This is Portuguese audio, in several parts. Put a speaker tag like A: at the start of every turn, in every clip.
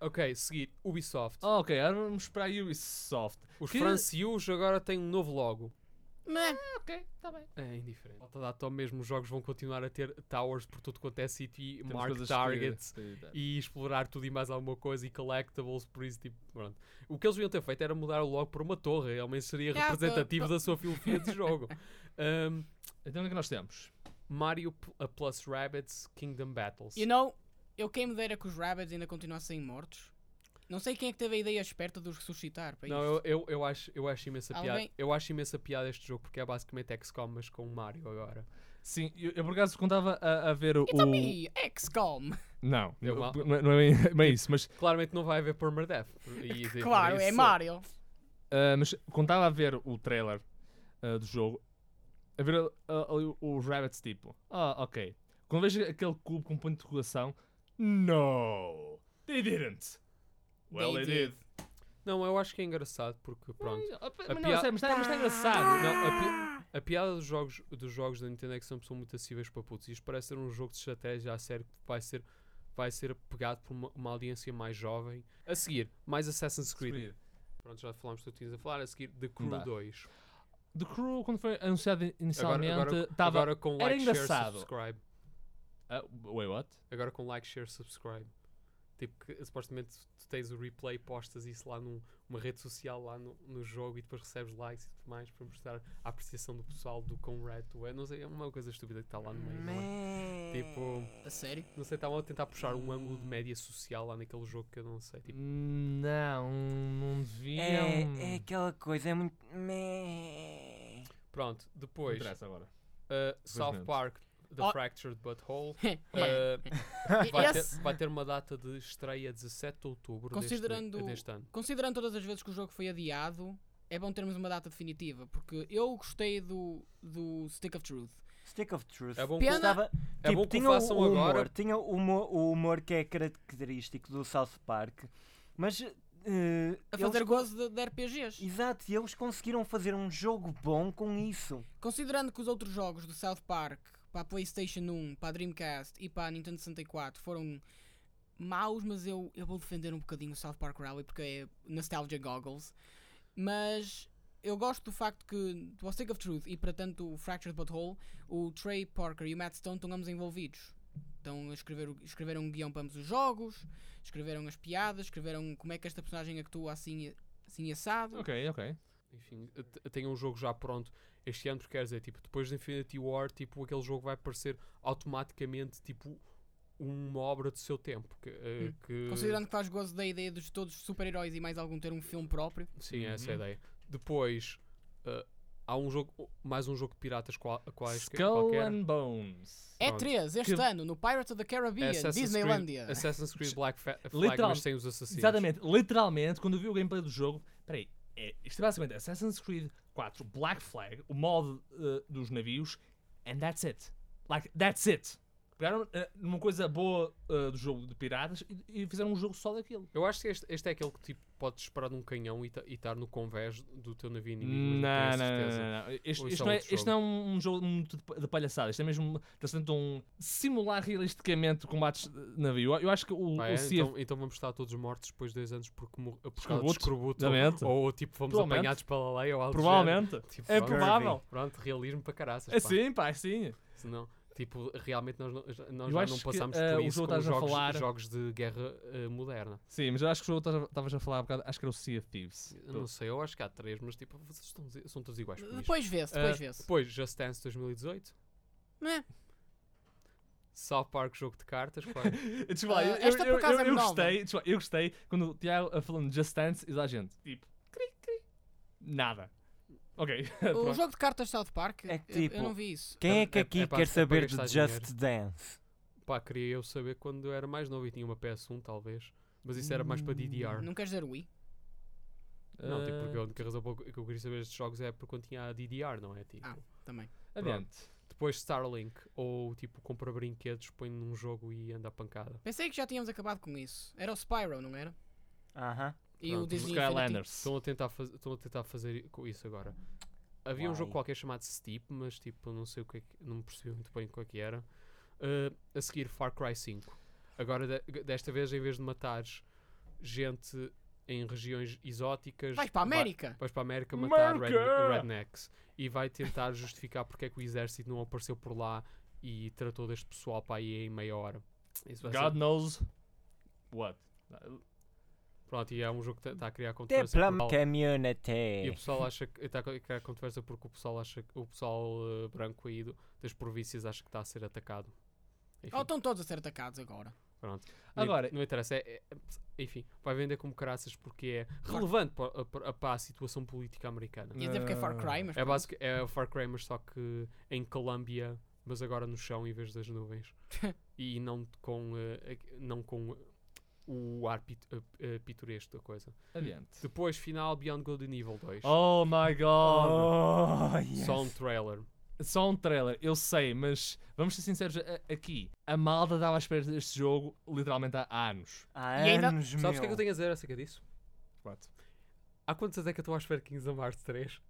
A: Ok, seguir. Ubisoft.
B: Ah, ok, agora vamos para a Ubisoft.
A: Os
B: que-
A: franciús agora têm um novo logo.
B: Meh.
A: Ah, ok,
B: tá
A: está bem. É indiferente. Falta de ato mesmo, os jogos vão continuar a ter towers por tudo quanto é city,
B: Temos
A: mark
B: coisas que-
A: targets
B: que-
A: e explorar tudo e mais alguma coisa e collectibles, por isso, tipo, pronto. O que eles deviam ter feito era mudar o logo por uma torre, ao menos seria
B: Yeah,
A: representativo da sua filosofia de jogo. Um,
B: Então o que é que nós temos?
A: Mario P- a plus Rabbids Kingdom Battles.
C: You know, eu quem me dera que os rabbits ainda continuassem mortos. Não sei quem é que teve a ideia esperta de os ressuscitar para
A: Não,
C: isto.
A: eu, eu, eu acho, eu acho imensa
C: é Alguém-
A: piada. Eu acho imensa piada este jogo porque é basicamente XCOM, mas com Mario agora.
B: Sim, eu, eu por acaso contava a, a ver o.
C: It's a me, XCOM!
B: Não,
A: Eu
B: eu-
A: mal-
B: não, é- não é bem- bem isso, mas,
A: Claramente não vai haver permadeath. E- e-
C: Claro,
A: por
C: é
A: isso-
C: Mario.
B: ah, mas contava a ver o trailer ah, do jogo, a ver ah, ali o- os rabbits tipo. Ah, ok. Quando vejo aquele cubo com um ponto de interrogação, no, they didn't. Well,
C: They
B: they,
C: did.
B: did.
A: Não, eu acho que é engraçado porque, pronto.
B: Ah, Mas,
A: A
B: não,
A: pia-
B: sério, mas está, mas está engraçado.
A: Não, a, pi-
B: é.
A: a piada dos jogos, dos jogos da Nintendo é que são, são muito acessíveis para putos. E isto parece ser um jogo de estratégia a sério que vai ser, vai ser pegado por uma, uma audiência mais jovem. A seguir, mais Assassin's Creed. Pronto, já falámos do que tinhas a falar. A seguir, The
B: Não
A: Crew
B: dá.
A: 2.
B: The Crew, quando foi anunciado
A: Agora,
B: inicialmente,
A: agora,
B: tava-
A: agora com
B: era
A: like, share,
B: engraçado.
A: subscribe.
B: Ah, wait, what?
A: Agora com like, share, subscribe. Tipo, que, supostamente tu tens o replay, postas isso lá num- numa rede social, lá no, no jogo, e depois recebes likes e tudo mais para mostrar a apreciação do pessoal do quão right tu é. Não sei, é uma coisa estúpida que está lá no meio. não é?
C: Hum.
A: Tipo,
C: A sério?
A: não sei, estavam a tentar puxar um ângulo de média social lá naquele jogo que eu não sei. Tipo,
B: Não, não deviam.
A: um
D: É, é aquela coisa, é muito. Meh.
A: pronto, depois,
B: Interessa agora.
A: uh, South
B: não.
A: Park, The
C: Oh.
A: Fractured Butthole.
C: É.
A: uh, vai, ter,
C: Esse-
A: vai ter uma data de estreia 17 de outubro deste-
C: Considerando-
A: deste ano.
C: Considerando todas as vezes que o jogo foi adiado, é bom termos uma data definitiva, porque eu gostei do, do Stick of Truth.
D: Stick of Truth.
A: É bom
C: Pena-
D: Gostava-
A: É
D: tipo,
A: bom que o
D: tinha o
A: façam
D: o humor,
A: agora.
D: Tinha o humor, o humor que é característico do South Park, mas. eh,
C: A
D: eles-
C: fazer gozo de, de RPGs.
D: Exato, e eles conseguiram fazer um jogo bom com isso.
C: Considerando que os outros jogos do South Park para a PlayStation 1, para a Dreamcast e para a Nintendo 64 foram maus, mas eu, eu vou defender um bocadinho o South Park Rally porque é nostalgia goggles. Mas eu gosto do facto que, para o Stick of Truth e para tanto o Fractured Butthole, o Trey Parker e o Matt Stone estão ambos envolvidos. Estão a escrever, o- escreveram um guião para ambos os jogos, escreveram as piadas, escreveram como é que esta personagem atua assim, assim assado.
B: Ok, ok.
A: enfim, te- tem um jogo já pronto este ano, porque quer dizer, tipo, depois de Infinity War, tipo, aquele jogo vai parecer automaticamente, tipo, uma obra do seu tempo. Que, eh, que-
C: Hum. Considerando que faz gozo da ideia de todos os super-heróis e mais algum ter um filme próprio.
A: Sim, é essa é a
B: Uhum.
A: ideia. Depois, eh, há um jogo, mais um jogo de piratas qual, quais que- é
B: Skull
A: qualquer.
B: and Bones.
C: É
A: Pronto.
C: 3 este
B: Que-
C: ano no Pirates of the Caribbean, Disneylandia.
A: Creed, Assassin's Creed Black Fa- Flag,
B: Literal-
A: mas sem os assassinos.
B: Exatamente, literalmente, quando eu vi o gameplay do jogo, peraí, é, isto é basicamente Assassin's Creed 4 Black Flag, o modo eh, dos navios, and that's it. Like, that's it. Pegaram eh, numa coisa boa eh, do jogo de piratas e, e fizeram um jogo só daquilo.
A: Eu acho que este, este é aquele que, tipo, podes disparar num canhão e ta- e estar no convés do teu navio inimigo. mas
B: Não, não,
A: tenho a certeza.
B: não, não, não. Este,
A: Ou isso
B: este
A: é
B: não é,
A: outro
B: este
A: jogo?
B: não é um jogo muito de pa- de palhaçada. Isto é mesmo. Eles tentam simular realisticamente combates de navio. Eu, eu acho que o,
A: Pá,
B: o
A: é,
B: CF.
A: então, então vamos estar todos mortos depois de dois anos porque mor- por causa de
B: Escorbuto,
A: escorbuto
B: exatamente.
A: ou, ou tipo fomos
B: Provavelmente.
A: apanhados pela lei ou algo do
B: provavelmente.
A: género. Tipo,
B: É
A: pronto,
B: provável.
A: Pronto, realismo para caraças.
B: É
A: pá.
B: sim, pá, é sim.
A: Senão, tipo, realmente nós, não- já- nós
B: Eu
A: já
B: acho
A: não
B: que,
A: passámos
B: eh,
A: por
B: o
A: isso
B: João
A: com os
B: estás a
A: jogos,
B: falar-
A: jogos de guerra eh, moderna.
B: Sim, mas eu acho que o jogo estavas a falar há bocado. Acho que era o Sea of Thieves.
A: Eu não sei, eu acho que há três, mas tipo, vocês estão- são todos iguais. para mim.
C: Depois vê-se,
A: Eh,
C: depois vê-se. né?
A: Depois, Just Dance 2018.
C: Meh.
A: South Park, jogo de cartas. claro.
B: Desculpa,
C: Ah,
B: eu,
C: esta
B: eu-
C: por acaso
B: eu-
C: é
B: eu
C: nova.
B: gostei, desculpa, eu gostei quando o Tiago a falando de Just Dance e da gente. Tipo, cri, cri. Nada. Ok.
C: O
B: pronto.
C: jogo de cartas de South Park,
D: É
C: eu-
D: que tipo-
C: eu não vi isso.
D: Quem
A: É-
D: é,
A: é-
D: que
A: é
D: aqui
A: para- é para
D: quer saber de
A: gastar
D: Just Dance?
A: Pá, queria eu saber quando era mais novo e tinha uma PS1, talvez. Mas isso era mais para DDR.
C: Não queres dizer Wii?
A: Não, tipo, porque a
B: Ah,
A: única razão pela que que eu queria saber destes jogos é porque quando tinha a DDR, não é? Tipo.
C: Ah. Também.
B: Adiante.
A: Depois Starlink, ou tipo, compra brinquedos, põe num jogo e anda à pancada.
C: Pensei que já tínhamos acabado com isso. Era o Spyro, não era?
D: Aham.
C: E o
A: Pronto,
C: Disney Infinity.
B: Skylanders.
A: Estão a tentar, faz... estão a tentar fazer com isso agora. Havia um jogo
D: Uai.
A: qualquer chamado Steep, mas tipo, não sei o que é que... Não percebi muito bem qual é que era. Ah, a seguir, Far Cry 5. Agora, de- desta vez, em vez de matares gente em regiões exóticas.
C: Vais para a
A: vai-
C: América!
A: vais para a América matar redne-
B: América!
A: rednecks e vai tentar justificar porque é que o exército não apareceu por lá e tratou deste pessoal para aí em meia hora. Isso vai
B: God
A: ser...
B: knows what.
A: Pronto, e é um jogo que está a criar
D: The
A: controvérsia.
D: Plum
A: por causa- E o
D: Community.
A: pessoal acha que está a criar controvérsia porque o pessoal acha que o pessoal eh, branco aí do- das províncias acha que está a ser atacado. Enfim,
C: Ou Oh, estão todos a ser atacados agora.
A: pronto. Não-
B: Agora-
A: não interessa. é- é- enfim, vai vender como caraças porque é relevante pa- a- para, para a situação política americana.
C: Ia dizer porque é Far Cry, mas.
A: É basic, é o Far Cry, mas só que em Colômbia, mas agora no chão em vez das nuvens. e não com, eh, aqu- não com eh, o ar pit, eh, eh, pitoresco da coisa.
B: Adiante.
A: Depois, final Beyond Good and Evil 2.
B: Oh my god.
D: Oh, yes.
A: Só um trailer.
B: Só um trailer, eu sei, mas vamos ser sinceros a- aqui. A malda estava à espera deste jogo literalmente há anos.
D: Há
C: E ainda-
D: anos,
A: Sabes o que é que
D: meu.
A: eu tenho a dizer acerca disso?
B: Pronto.
A: Há quantas é que eu estou à espera de Kings of Hearts 3?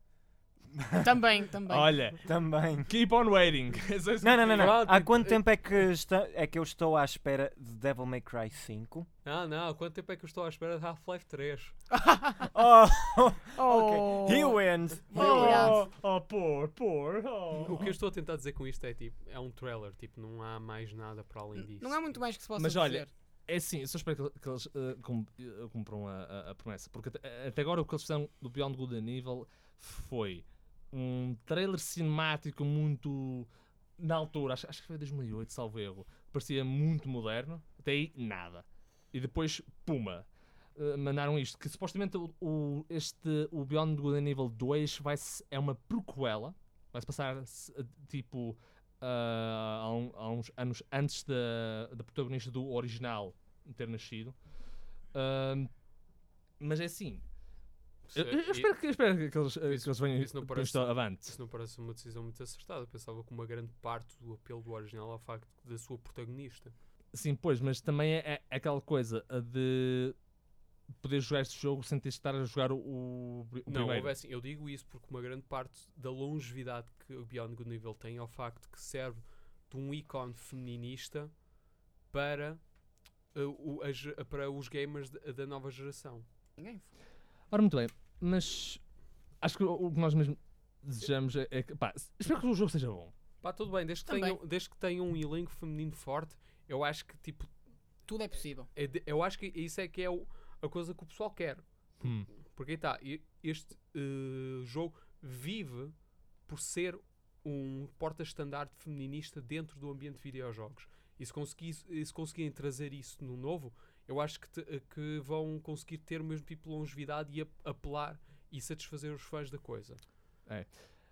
C: Também, também.
B: Olha,
D: Também.
B: keep on waiting. é
D: Não, não, não, não.
A: Pronto,
D: Há quanto
A: eh,
D: tempo é que, está, é que eu estou à espera de Devil May Cry 5?
A: Ah, não. Há Quanto tempo é que eu estou à espera de Half-Life 3?
D: Oh,
C: Oh.
D: ok. He wins.
C: Obrigado.
B: Oh, por, por. oh.
A: O que eu estou a tentar dizer com isto é tipo, é um trailer, tipo, não há mais nada para além disso.
C: Não há muito mais que se possa
B: Mas
C: dizer.
B: olha, É sim, eu só espero que, que eles eh, cum- eh, cumpram a, a- a promessa. Porque até, até agora o que eles fizeram do Beyond Good and Evil foi um trailer cinemático muito. Na altura, acho, acho que foi 2008, salvo erro. Parecia muito moderno. Até aí, nada. E depois, puma. eh, mandaram isto. Que supostamente o, o- este, o Beyond Good and Evil 2 vai -se, é uma prequela. Vai-se passar se- tipo ah, há, um- há uns anos antes da, da protagonista do original ter nascido. Ahm, mas é assim. é, Eu, eu- eu espero, que, eu espero que eles, que eles venham
A: isso não
B: com
A: parece-
B: isto avante.
A: Isso não parece uma decisão muito acertada. Eu pensava que uma grande parte do apelo do original é o facto da sua protagonista.
B: Sim, pois, mas também é, é aquela coisa a de poder jogar este jogo sem ter de estar a jogar o, o pri- o
A: Não,
B: primeiro.
A: houve assim, eu digo isso porque uma grande parte da longevidade que o Beyond Good Nível tem é o facto que serve de um ícone feminista para, eh, o- a ge- para os gamers da, da nova geração.
C: Ninguém-
B: Ora, muito bem, mas acho que o, o que nós mesmo desejamos é, é que. Pá, espero que o jogo seja bom.
A: Pá, tudo bem, desde que,
C: Também.
A: tenha, desde que tenha um elenco feminino forte, eu acho que tipo,
C: Tudo é possível.
A: é de- eu acho que isso é que é o- a coisa que o pessoal quer.
B: Hum.
A: Porque aí tá, e- este eh, jogo vive por ser um porta-estandarte feminista dentro do ambiente de videojogos. E se, conseguis- e se conseguirem trazer isso no novo, eu acho que, te- eh, que vão conseguir ter o mesmo tipo de longevidade e ap- apelar e satisfazer os fãs da coisa.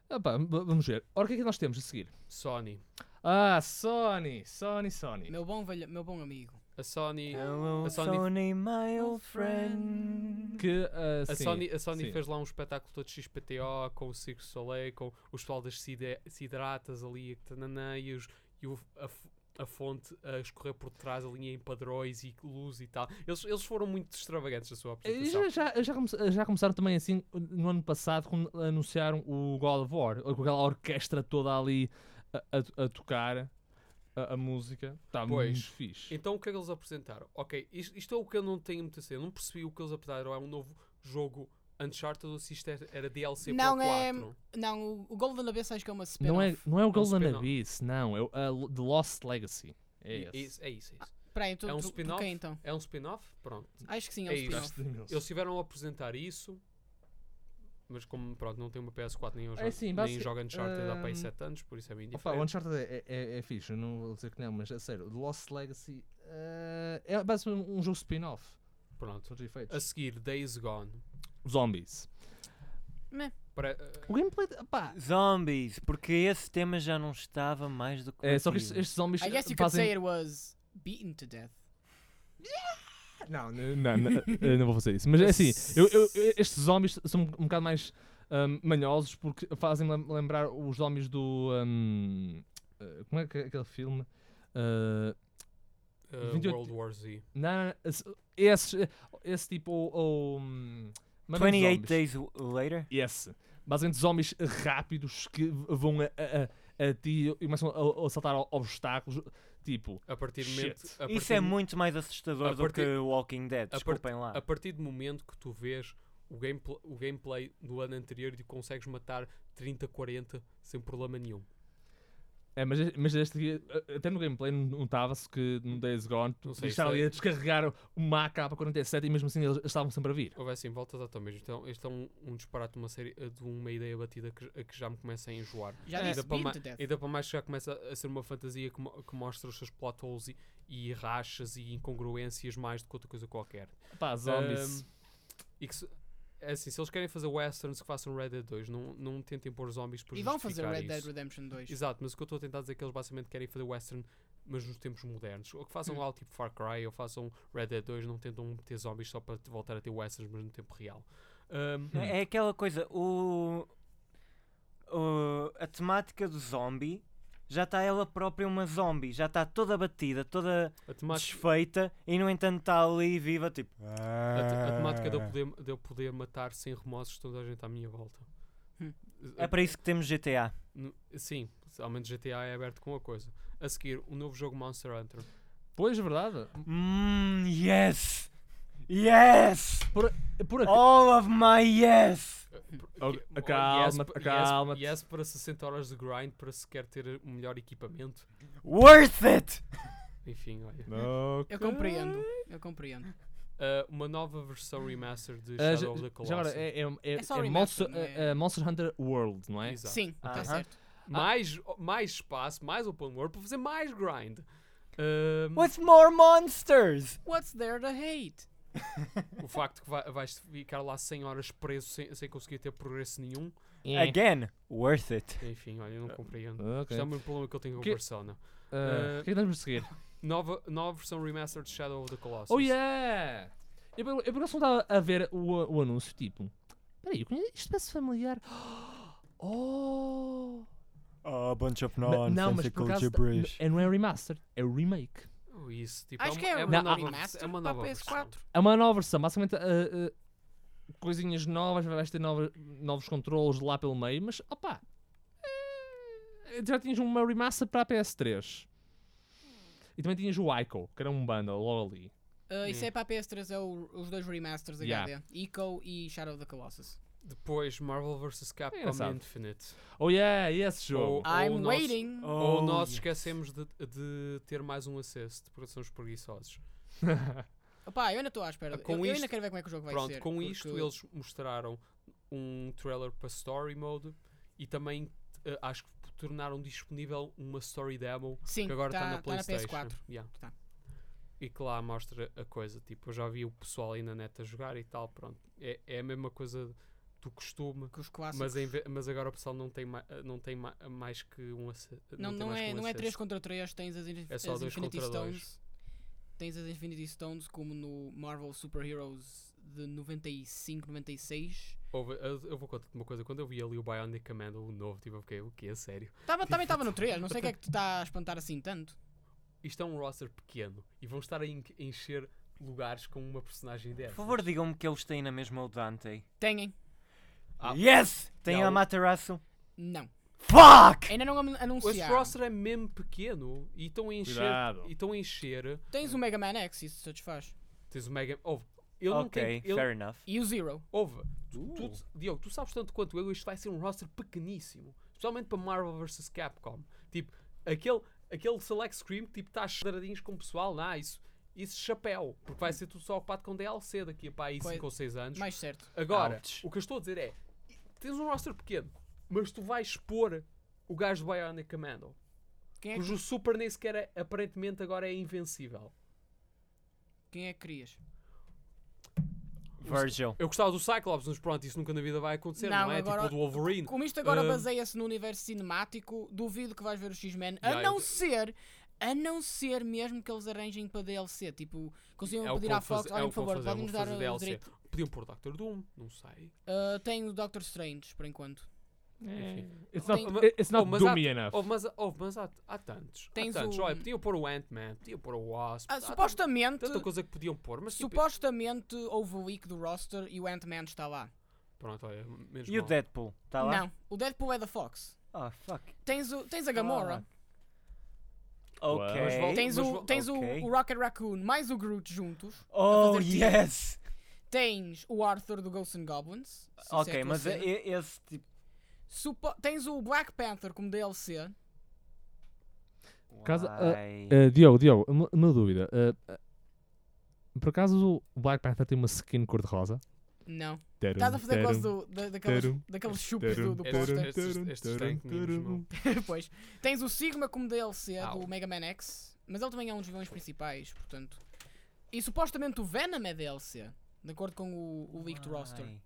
B: Ah, pá, v- vamos ver. Ora, o que é que nós temos a seguir?
A: Sony.
B: Ah, Sony, Sony, Sony.
C: Meu bom, velho, meu bom amigo.
A: A Sony.
D: Hello,
A: A Sony-
D: Sony, my old friend.
B: Que, ah,
A: A
B: sim,
A: Sony, a Sony
B: sim.
A: fez lá um espetáculo todo XPTO com o Circo Soleil, com o pessoal das cide- sidratas ali, tananã, e, os- e o- a, f- a fonte a escorrer por trás, a linha em padrões e luz e tal. Eles, eles foram muito extravagantes na sua
B: Eh,
A: apresentação.
B: Já, já, já, come- já começaram também assim no ano passado quando anunciaram o God of War, com aquela orquestra toda ali a, a- a tocar a, a música. Está
A: Pois.
B: muito fixe.
A: Então o que é que eles apresentaram? Ok, is- isto, é o que eu não tenho muito a dizer. Eu não percebi o que eles apresentaram. É um novo jogo Uncharted ou se isto era- era DLC
C: Não,
A: para o
C: é-
A: 4.
C: Não, o- o Golden Abyss acho que é uma spin
B: Não é, não é o
A: É um
B: Golden
A: spin-off.
B: Abyss, não, é o a L- The Lost Legacy. É
A: E-
B: esse.
A: isso, é isso, é isso.
C: Peraí, Ah, tu,
A: É um
C: tu- tu
A: spin-off?
C: quem, então?
A: É um spin-off? Pronto.
C: Acho que sim, é um
A: É isso.
C: spin-off.
B: Gosto imenso.
A: Eles tiveram a apresentar isso, mas como pronto, não tem uma PS4 nem, eu
B: É
A: jogo,
B: sim,
A: nem
B: basic-
A: joga Uncharted há para aí
B: hum,
A: 7 anos, por isso é bem
B: Opa, o
A: diferente.
B: Uncharted é, é, é fixe, eu não vou dizer que não, mas a sério, The Lost Legacy eh, é basicamente um jogo spin-off.
A: Pronto.
B: todos os efeitos.
A: A seguir, Days Gone. eh,
B: Zombies.
A: Para,
B: O gameplay. de- Pá,
D: Zombies, porque esse tema já não estava mais do que.
B: é, só que estes,
D: batido.
B: estes zombies.
C: I guess you could say
B: fazem...
C: it was beaten to death.
B: Não, não, não, não, eu não vou fazer isso. Mas é assim, eu, eu- eu- estes zombies são um bocado mais ahm, manhosos porque fazem-me lem- lembrar os zombies do. ahm, eh, como é que é aquele filme? Ah,
A: uh,
B: 28
A: World War Z.
B: não, não, não, esse, esse, esse tipo. Ou, ou, hum,
A: é
B: mas não
D: 28
B: zombies.
D: Days Later?
B: Esse. Basicamente zombies rápidos que v- vão a, a- a- a ti e começam a, a saltar o- obstáculos. tipo,
A: A partir do momento.
B: Shit.
A: a
D: Isso
A: partir
D: é
A: do-
D: muito mais assustador
A: a partir-
D: do que Walking Dead,
A: a part-
D: desculpem lá.
A: A partir do momento que tu vês o, gamepl- o gameplay do ano anterior e consegues matar 30, 40 sem problema nenhum.
B: É, mas, mas este aqui, a- até no gameplay não- notava-se que no Days Gone
A: Não
B: tu
A: sei,
B: estar
A: isso
B: ali
A: é-
B: a descarregar uma AK-47 e mesmo assim eles eles estavam sempre a vir.
A: Ou assim, voltas ao mesmo. Então, este é um, um disparate de uma, série, de uma ideia batida que, a que já me começa a enjoar.
C: Já
A: ainda,
C: disse
A: para ma-
C: Beat to Death.
A: ainda para mais que já começa a ser uma fantasia que, mo- que mostra os seus plot holes e, e rachas e incongruências mais do que outra coisa qualquer.
B: Pá, zombies.
A: Ahm, e que se, é assim, se eles querem fazer westerns, que façam Red Dead 2, não, não tentem pôr zombies por
C: E vão fazer
A: justificar
C: Red Dead
A: isso.
C: Redemption 2.
A: Exato, mas o que eu estou a tentar dizer é que eles basicamente querem fazer western, mas nos tempos modernos. Ou que façam algo tipo Far Cry, ou façam Red Dead 2, não tentam meter zombies só para te- voltar a ter westerns, mas no tempo real. Ahm,
B: Hum.
D: É aquela coisa, o, o- a temática do zombie já está ela própria uma zombie, já está toda batida, toda
A: a, temática,
D: desfeita e no entanto está ali viva, tipo.
A: a, te- a temática de eu, poder, de eu poder matar sem remorsos toda a gente à minha volta.
C: Hum.
A: Eh,
D: É para isso que temos GTA.
A: no- Sim, ao menos GTA é aberto com a coisa. A seguir, o novo jogo Monster Hunter.
B: Pois, é verdade.
D: Hum, yes! Yes!
B: é Por aqui.
D: All of my yes!
B: Oh,
A: Que- é
B: acalma-te,
A: yes- yes-
B: acalma-te.
A: Yes, é para 60 horas de grind para sequer ter o melhor equipamento.
D: Worth it!
A: Enfim, olha.
B: Ok.
C: Eu compreendo, eu compreendo.
A: Ah, uma nova versão remaster de Shadow
B: Ah, já,
A: of the
B: já
A: Colossus.
B: agora, é, é, é,
C: É só
B: é Monster,
C: remaster, não é?
B: é- é Monster Hunter World, não é?
A: Exato.
C: Sim, está
D: Aham.
C: certo.
B: ah.
A: Mais, mais espaço, mais open world para fazer mais grind. Um, Ahm,
D: With more monsters!
C: What's there to hate?
A: o facto que vai, vais ficar lá 100 horas preso sem, sem conseguir ter progresso nenhum.
B: É.
D: Again, worth it.
A: Enfim, olha, eu não compreendo.
B: Ah, Ok.
A: Isto é o mesmo problema que eu tenho com
B: Que-
A: Persona.
B: Ah, O que é que nós vamos seguir?
A: Nova, nova versão remaster de Shadow of the Colossus.
B: Oh yeah! Eu, eu, eu por acaso não estava a ver o, o anúncio, tipo. Peraí, eu conheço, isto parece familiar. Oh!
D: Oh, a bunch of
B: Ma- não, mas por acaso. tá- É, não é remaster, é remake.
A: Oh, Isso, tipo,
C: Acho
A: é
C: que
A: uma,
C: é,
A: é
C: um
A: uma
B: ah,
A: nova,
C: remaster
A: é uma
C: para
A: nova versão.
C: PS4.
B: É uma nova versão, basicamente. ah, ah, coisinhas novas, vais ter nova, novos controles lá pelo meio, mas opa! eh, já tinhas uma remaster para a PS3. E também tinhas o Ico, que era um bundle logo ali.
C: Uh, isso
A: Hum.
C: é para a PS3, é o- os dois remasters
B: Yeah.
C: HD. Eco e Shadow of the Colossus.
A: Depois, Marvel vs. Capcom
B: engraçado.
A: Infinite.
B: Oh yeah, e esse
A: Ou
B: jogo!
C: I'm
A: é o nosso-
C: waiting!
A: Ou
B: Oh,
D: Oh,
A: nós esquecemos de, de ter mais um acesso, porque somos preguiçosos.
C: Opá, eu ainda estou à espera.
A: Oh. Com
C: eu, eu ainda
A: isto-
C: quero ver como é que o jogo vai
A: Pronto,
C: ser.
A: com
C: porque-
A: isto eles mostraram um trailer para Story Mode e também eh, acho que tornaram disponível uma Story Demo
C: Sim, tá-
A: que agora está na PlayStation.
C: PS4.
A: Yeah.
C: Tá.
A: E que lá mostra a coisa. Tipo, eu já vi o pessoal aí na net a jogar e tal. Pronto, é, é a mesma coisa do costume.
C: Que os clássicos.
A: Mas, em ve- mas agora o pessoal não tem, ma- não tem ma- mais que um acesso.
C: Não,
A: tem
C: não,
A: mais que
C: é,
A: um
C: não é
A: acesso.
C: 3 contra 3, tens as, inf-
A: É só
C: as
A: dois
C: Infinity
A: contra
C: Stones.
A: dois.
C: Tens as Infinity Stones como no Marvel Super Heroes de 95, 96.
A: Houve- eu, eu vou contar-te uma coisa. Quando eu vi ali o Bionic Commando, o novo, tipo, eu fiquei, o quê? A sério?
C: Tava, também estava no 3, não sei o que é que tu está a espantar assim tanto.
A: Isto é um roster pequeno e vão estar a en- encher lugares com uma personagem
D: Por
A: dessa.
D: favor, digam-me que eles têm na mesma o Dante.
C: Têm?
A: Ah,
D: yes! Tem
A: Não.
D: a Materaço.
C: Não.
D: Fuck!
C: Ainda não am-
A: Esse
C: anunciaram.
A: roster é mesmo pequeno e estão a encher.
B: Cuidado.
A: E estão a encher.
C: Tens o Mega Man X, isso satisfaz.
A: Tens o Mega. Houve. Ele não
D: Ok,
A: tem. Ele,
D: fair enough. Uh.
C: E o Zero.
A: Houve. Tu, tu- Diogo, tu sabes tanto quanto eu, isto vai ser um roster pequeníssimo. Especialmente para Marvel vs Capcom. Tipo, aquele, aquele select scream que tipo, está cheiradinhos com o pessoal. Não, isso, isso chapéu. Porque vai ser tudo só ocupado com DLC daqui a pá, aí
C: Coi-
A: 5 ou 6 anos.
C: Mais certo.
A: Agora,
D: Ouch.
A: o que eu estou a dizer é: tens um roster pequeno, mas tu vais expor o gajo do Bionic Commando,
C: Quem é, que,
A: cujo super nem sequer é- aparentemente agora é invencível.
C: quem é que querias?
D: Virgil.
A: Eu gostava do Cyclops, mas pronto, isso nunca na vida vai acontecer, não,
C: Não,
A: é?
C: agora-
A: Tipo o do Wolverine.
C: Como isto agora
A: Ahm.
C: baseia-se no universo cinemático, duvido que vais ver o X-Men.
A: Yeah,
C: a
A: eu
C: não
A: te-
C: ser. A não ser mesmo que eles arranjem para DLC. Tipo, consigam
A: É o que
C: pedir à
A: vão
C: Fox,
A: fazer, é
C: olhem,
A: o
C: por
A: que vão
C: favor,
A: fazer, vão
C: podem-nos dar
A: fazer
C: o
A: DLC.
C: direito.
A: Podiam pôr Doctor Doom, não sei.
C: Ah, tem o Doctor Strange, por enquanto.
A: Oh, Enfim.
B: Eh, It's
C: Tem-
B: not, it's not
A: Oh, ah, mas
B: doomy
A: há-
B: enough.
A: Houve, mas, houve, mas há, há tantos.
C: Tens
A: há tantos.
C: o-
A: Olha, podiam pôr o Ant-Man, podiam pôr o Wasp.
C: Ah,
A: há
C: supostamente.
A: Tanta coisa que podiam pôr, mas tipo,
C: Supostamente houve o leak do roster e o Ant-Man está lá.
A: Pronto, olha, menos
D: E o
A: mal.
D: Deadpool? Tá lá?
C: Não, o Deadpool é da Fox.
D: Oh, fuck.
C: Tens, o, tens a Gamora.
D: Ok.
B: Mas
A: volta-
C: Tens,
A: Mas
C: o,
A: vo-
C: tens o-
D: ok.
C: o, Rocket Raccoon mais o Groot juntos.
D: Oh,
C: fazer tiro.
D: yes!
C: Tens o Arthur do Ghosts and Goblins. se isso é a
D: Ok,
C: tua
D: mas
C: cena.
D: e- esse tipo.
C: Supo- tens o Black Panther como DLC.
B: Caso- ah,
D: Uai.
B: Uh, Diogo, Diogo, uma, uma dúvida. Uh, uh, por acaso o Black Panther tem uma skin cor-de-rosa?
C: Não. Estás a fazer quase do, da, daquelas,
B: tarum,
C: daqueles chupes do, do
A: tarum,
C: póster.
A: tarum. Estes- estes tank meninos, não.
C: Pois. Tens o Sigma como DLC
A: Au.
C: do Mega Man X, mas ele também é um dos vilões principais, portanto. E supostamente o Venom é DLC, de acordo com o, o leaked roster.
D: Uai.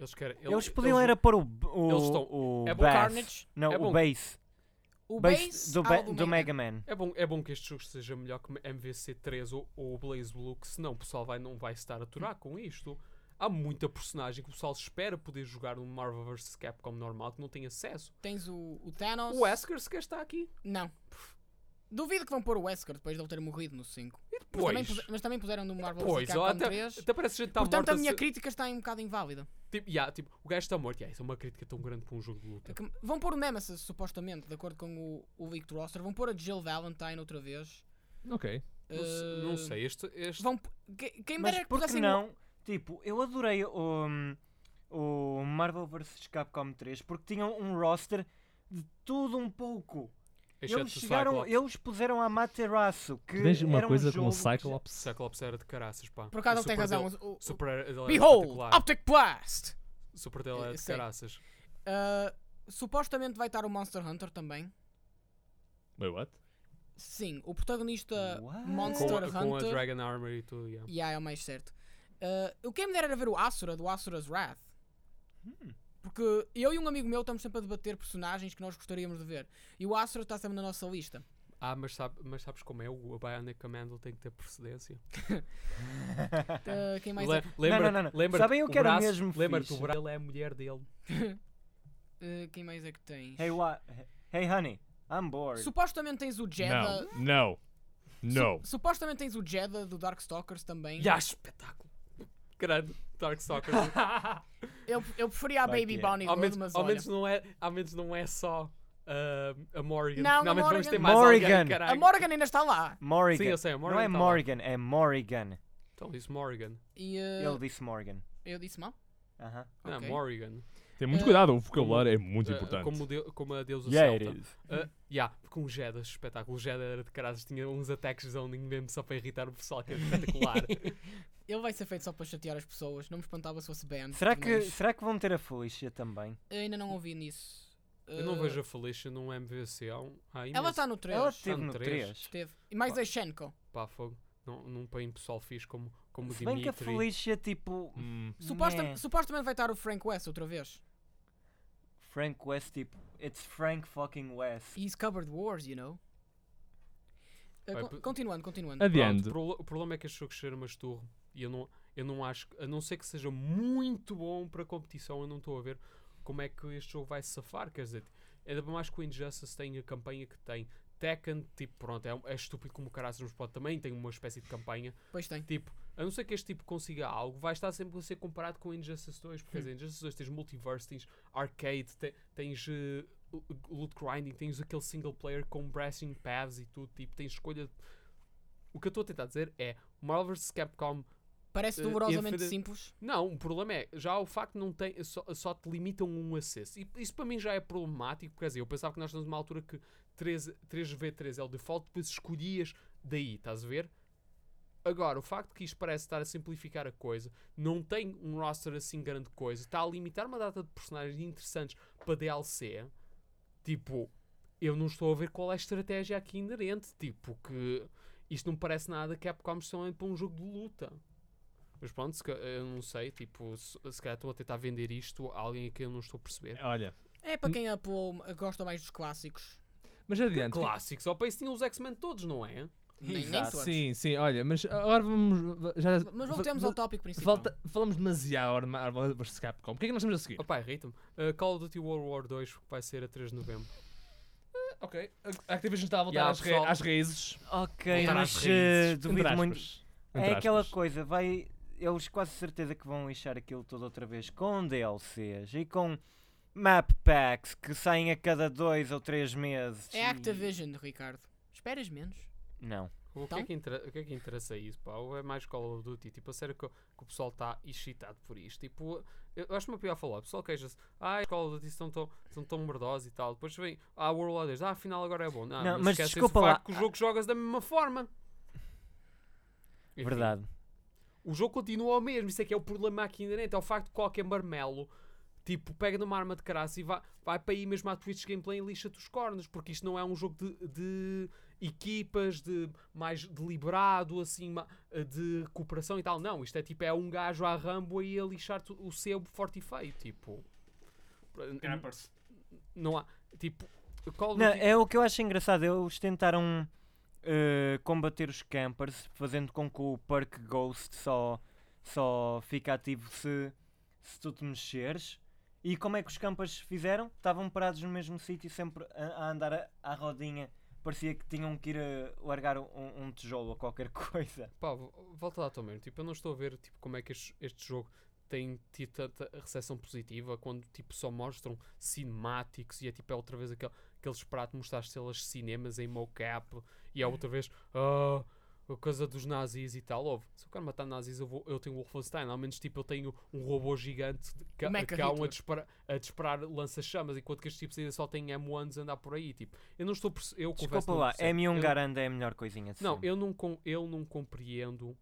A: Eles querem. ele-
D: Eles podiam era pôr o. b- o
A: eles estão-
D: o
A: é bom
D: bass.
C: Carnage,
D: Não,
A: é
D: o
A: bom.
D: base.
C: o ah,
D: Base
C: Base
D: do,
C: há
D: ba-
C: o
D: do Mega Man.
A: É bom, é bom que este jogo seja melhor que MVC3 ou, ou o Blaze Blue, que senão o pessoal vai, não vai estar a aturar com isto. Há muita personagem que o pessoal espera poder jogar no Marvel vs Capcom normal que não tem acesso.
C: Tens o, o Thanos.
A: O Wesker sequer está aqui.
C: Não. Duvido que vão pôr o Wesker depois de ele ter morrido no 5.
A: E
C: Mas, também,
A: depois.
C: puse- mas também puseram no Marvel vs.
A: Pois, ó,
C: Capcom
A: até, tá
C: 3.
A: até parece que a gente está
C: Portanto,
A: morto.
C: a minha
A: se-
C: crítica está aí um bocado inválida.
A: tipo, yeah, tipo, o gajo está morto. Yeah, isso é uma crítica tão grande para um jogo de luta.
C: Que- Vão pôr o Nemesis, supostamente, de acordo com o, o leaked roster. Vão pôr a Jill Valentine outra vez.
B: Ok.
A: Não, se- não
C: Eh,
A: sei, este. este
C: Vão, p- que- quem me
D: Mas
C: dera que
D: por é que
C: pusessem o-
D: não? Tipo, eu adorei o, hum, o Marvel vs Capcom 3 porque tinham um roster de tudo um pouco.
A: exceto
D: eles
A: o
D: chegaram,
A: Cyclops.
D: eles puseram a Materaço, que
B: Tu tens uma
D: era
B: coisa
D: um
B: como
D: jogo
B: o
D: que-
A: O
B: Cyclops.
A: Cyclops era de caraças, pá.
C: Por acaso
A: O
C: ele tem
A: super
C: razão.
A: dele-
C: o- o-
A: Super, ele era
C: Behold! Ah! Eh,
A: espetacular.
C: Optic Blast!
A: O super dele era de
C: Sei.
A: caraças.
C: Ah, supostamente vai estar o Monster Hunter também.
B: Wait, what?
C: Sim, o protagonista
D: What?
A: Com,
C: Monster
A: a- com a
C: Hunter.
A: Dragon Armor e tudo. Yeah.
C: Yeah, é o mais certo. Ah, o que me dera era ver o Asura, do Asura's Wrath.
A: Hmm.
C: Porque eu e um amigo meu estamos sempre a debater personagens que nós gostaríamos de ver. E o Asura está sempre na nossa lista.
A: Ah, mas, sabe- mas sabes como é? O a Bionic Commando tem que ter precedência.
C: Ah, quem mais é?
A: Le- lembra,
D: não, não, não.
A: Lembra
D: Sabem o que era
A: braço,
D: mesmo
A: Lembra-te, o
D: fixe?
A: braço ele é a mulher dele.
C: Ah, quem mais é que tens?
D: Hey, wa- hey, honey, I'm bored.
C: Supostamente tens o Jedha.
B: No. No.
C: Supostamente tens o Jedha do Darkstalkers também.
A: Já, espetáculo. Grande. Darkstalker.
C: Eu, eu preferia a
D: Vai
C: Baby
D: que é.
C: Bonnie
A: ao, menos,
C: Hood, mas
A: ao,
C: olha.
A: menos não é, ao menos não é só ah, a Morrigan.
C: Não, a
A: Finalmente vamos
C: Morrigan-
A: ter mais
D: Morrigan.
A: alguém, caralho.
C: A Morgan ainda está lá.
D: Morrigan.
A: Sim, eu sei, a
D: não
A: Morrigan
D: é
A: tá lá.
D: Morgan, é Morrigan.
A: Então, disse Morrigan.
C: E
A: É.
C: eh,
D: Ele disse Morgan.
C: eu disse mal?
D: Aham.
A: Não,
C: Ok.
A: Morrigan.
B: Tem muito
C: muito Eh,
B: cuidado,
C: cuidado,
B: o vocabulário é muito
A: Ah,
B: importante.
A: Como, deu- como a deusa celta. Ah, yeah, porque um Jedi espetáculo. O Jedi era de caras, tinha uns ataques zoning mesmo só para irritar o pessoal, que era espetacular.
C: Ele vai ser feito só para chatear as pessoas. Não me espantava se fosse banned.
D: Será que,
C: mas
D: será que vão ter a Felicia também?
C: eu ainda não ouvi nisso.
A: Eu não
C: Eh,
A: vejo a Felicia num MVC há, um, há
C: Ela tá-
A: imenso-
C: está no 3.
D: Ela esteve
A: no
D: no
A: três. Tipo,
D: 3.
C: Esteve. E mais
A: Pá.
C: a Shenko.
A: Pá, fogo. Não, não põe pessoal fixe como, como o
D: Se bem que a
A: Dimitri.
D: Felicia, tipo.
A: Hum,
C: Suposta-
D: né.
C: Supostamente vai estar o Frank West outra vez.
D: Frank West, tipo. It's Frank fucking West.
C: He's covered wars, you know. Eh,
A: Vai,
C: con-
A: pe-
C: continuando, continuando.
D: Eh,
A: Pronto,
B: Adiante.
A: o prolo- o problema é que este jogo cheira masturro. E eu não, eu não acho, a não ser que seja muito bom para competição, eu não estou a ver como é que este jogo vai se safar. Quer dizer, ainda para mais que o Injustice tem a campanha que tem. Tekken, tipo, pronto, é, um- é estúpido como o caraças, mas pode também tem uma espécie de campanha.
C: Pois tem.
A: Tipo, a não ser que este tipo consiga algo, vai estar sempre a ser comparado com Injustice 2, porque quer dizer, Injustice 2 tens multiverse, tens arcade, te- tens eh, o- o loot grinding, tens aquele single player com brashing paths e tudo, tipo, tens escolha. de- O que eu estou a tentar dizer é Marvel vs Capcom.
C: Parece
A: eh,
C: dolorosamente
A: inferi-
C: simples.
A: Não, o problema é, já o facto de não tem, só, só te limitam um acesso. E isso para mim já é problemático, quer dizer, eu pensava que nós estamos numa altura que 3, 3v3 é o default, depois escolhias daí, estás a ver? Agora, o facto que isto parece estar a simplificar a coisa, não tem um roster assim grande coisa, está a limitar uma data de personagens interessantes para DLC, tipo, eu não estou a ver qual é a estratégia aqui inerente, tipo, que isto não parece nada que Capcom são para um jogo de luta. Mas pronto, se ca- eu não sei, tipo, se, se calhar estão a tentar vender isto a alguém que eu não estou a perceber.
B: Olha,
C: É para quem apelou, gosta mais dos clássicos.
B: mas adiante.
A: Clássicos, ao país tinham os X-Men todos, não é?
C: Nem, nem
D: Exato.
C: todos.
B: Sim, sim, olha, mas agora vamos. va- Já,
C: Mas voltemos
B: va-
C: ao então. tópico principal.
B: Volta, falamos demasiado agora de Marvel vs Capcom. O que é que nós temos a seguir?
A: Opa, irrita-me. Uh, Call of Duty World War 2 vai ser a 3 de novembro.
B: Ok, a Activision está a voltar
A: Yeah,
B: às, ra-
A: pessoal.
B: às raízes.
D: Ok,
A: Voltar às
D: mas eh,
A: raízes.
D: duvido
B: entre
D: muito.
B: aspas. Entre
D: É aquela
B: aspas.
D: coisa, vai. Eles quase certeza que vão lixar aquilo tudo outra vez com DLCs e com map packs que saem a cada dois ou três meses.
C: É
D: e-
C: Activision, Ricardo. Esperas menos.
D: Não.
A: O, que é
C: Então?
A: que intera- o que é que interessa isso, pá? Ou é mais Call of Duty? Tipo, a sério que, o- que o pessoal está excitado por isto. Tipo, eu eu acho-me pior falar. O pessoal queixa-se. Ah, Call of Duty estão tão, são tão merdosos e tal. Depois vem, ah, World of Warcraft, Ah, afinal agora é bom. Não,
D: Não,
A: mas,
D: mas
A: esquecem-se
D: desculpa
A: do
D: lá.
A: facto que o jogo jogas da mesma forma. Enfim,
D: Verdade.
A: O jogo continua ao mesmo. Isso é que é o problema aqui ainda É o facto de qualquer marmelo, tipo, pega numa arma de caraça e vai, vai para aí mesmo à Twitch Gameplay e lixa-te os cornos. Porque isto não é um jogo de, de equipas, de mais deliberado, assim, ma- de cooperação e tal. Não, isto é tipo, é um gajo à rambo aí a lixar-te o sebo forte e feio. Tipo,
B: Campers.
A: não há. Tipo, Call of
D: Não,
A: Duty-
D: é o que eu acho engraçado. Eles tentaram eh, combater os campers, fazendo com que o perk Ghost só, só fica ativo se, se tu te mexeres. E como é que os campers fizeram? Estavam parados no mesmo sítio, sempre a, a andar a- à rodinha. Parecia que tinham que ir eh, largar um, um tijolo ou qualquer coisa.
A: Pá, vo- volta lá também. Tipo, eu não estou a ver tipo, como é que este, este jogo tem tido tanta recepção positiva quando tipo, só mostram cinemáticos e é tipo é outra vez aquele, aqueles pratos mostrar estrelas de cinemas em mocap e é
C: Uhum.
A: outra vez ah, a coisa dos nazis e tal. Ouve, se eu quero matar nazis, eu, vou, eu tenho Wolfenstein. Ao menos tipo, eu tenho um robô gigante de ca-
C: Mecha
A: cão a
C: Hitler.
A: disparar, a disparar lança-chamas, enquanto que este tipo ainda só tem M1s a andar por aí. Tipo, eu não estou. a perce- Eu confesso que
D: Desculpa
A: não
D: lá,
A: percebo. Eu
D: M1
A: não-
D: Garanda é a melhor coisinha de
A: não,
D: sempre.
A: eu não, com- eu não compreendo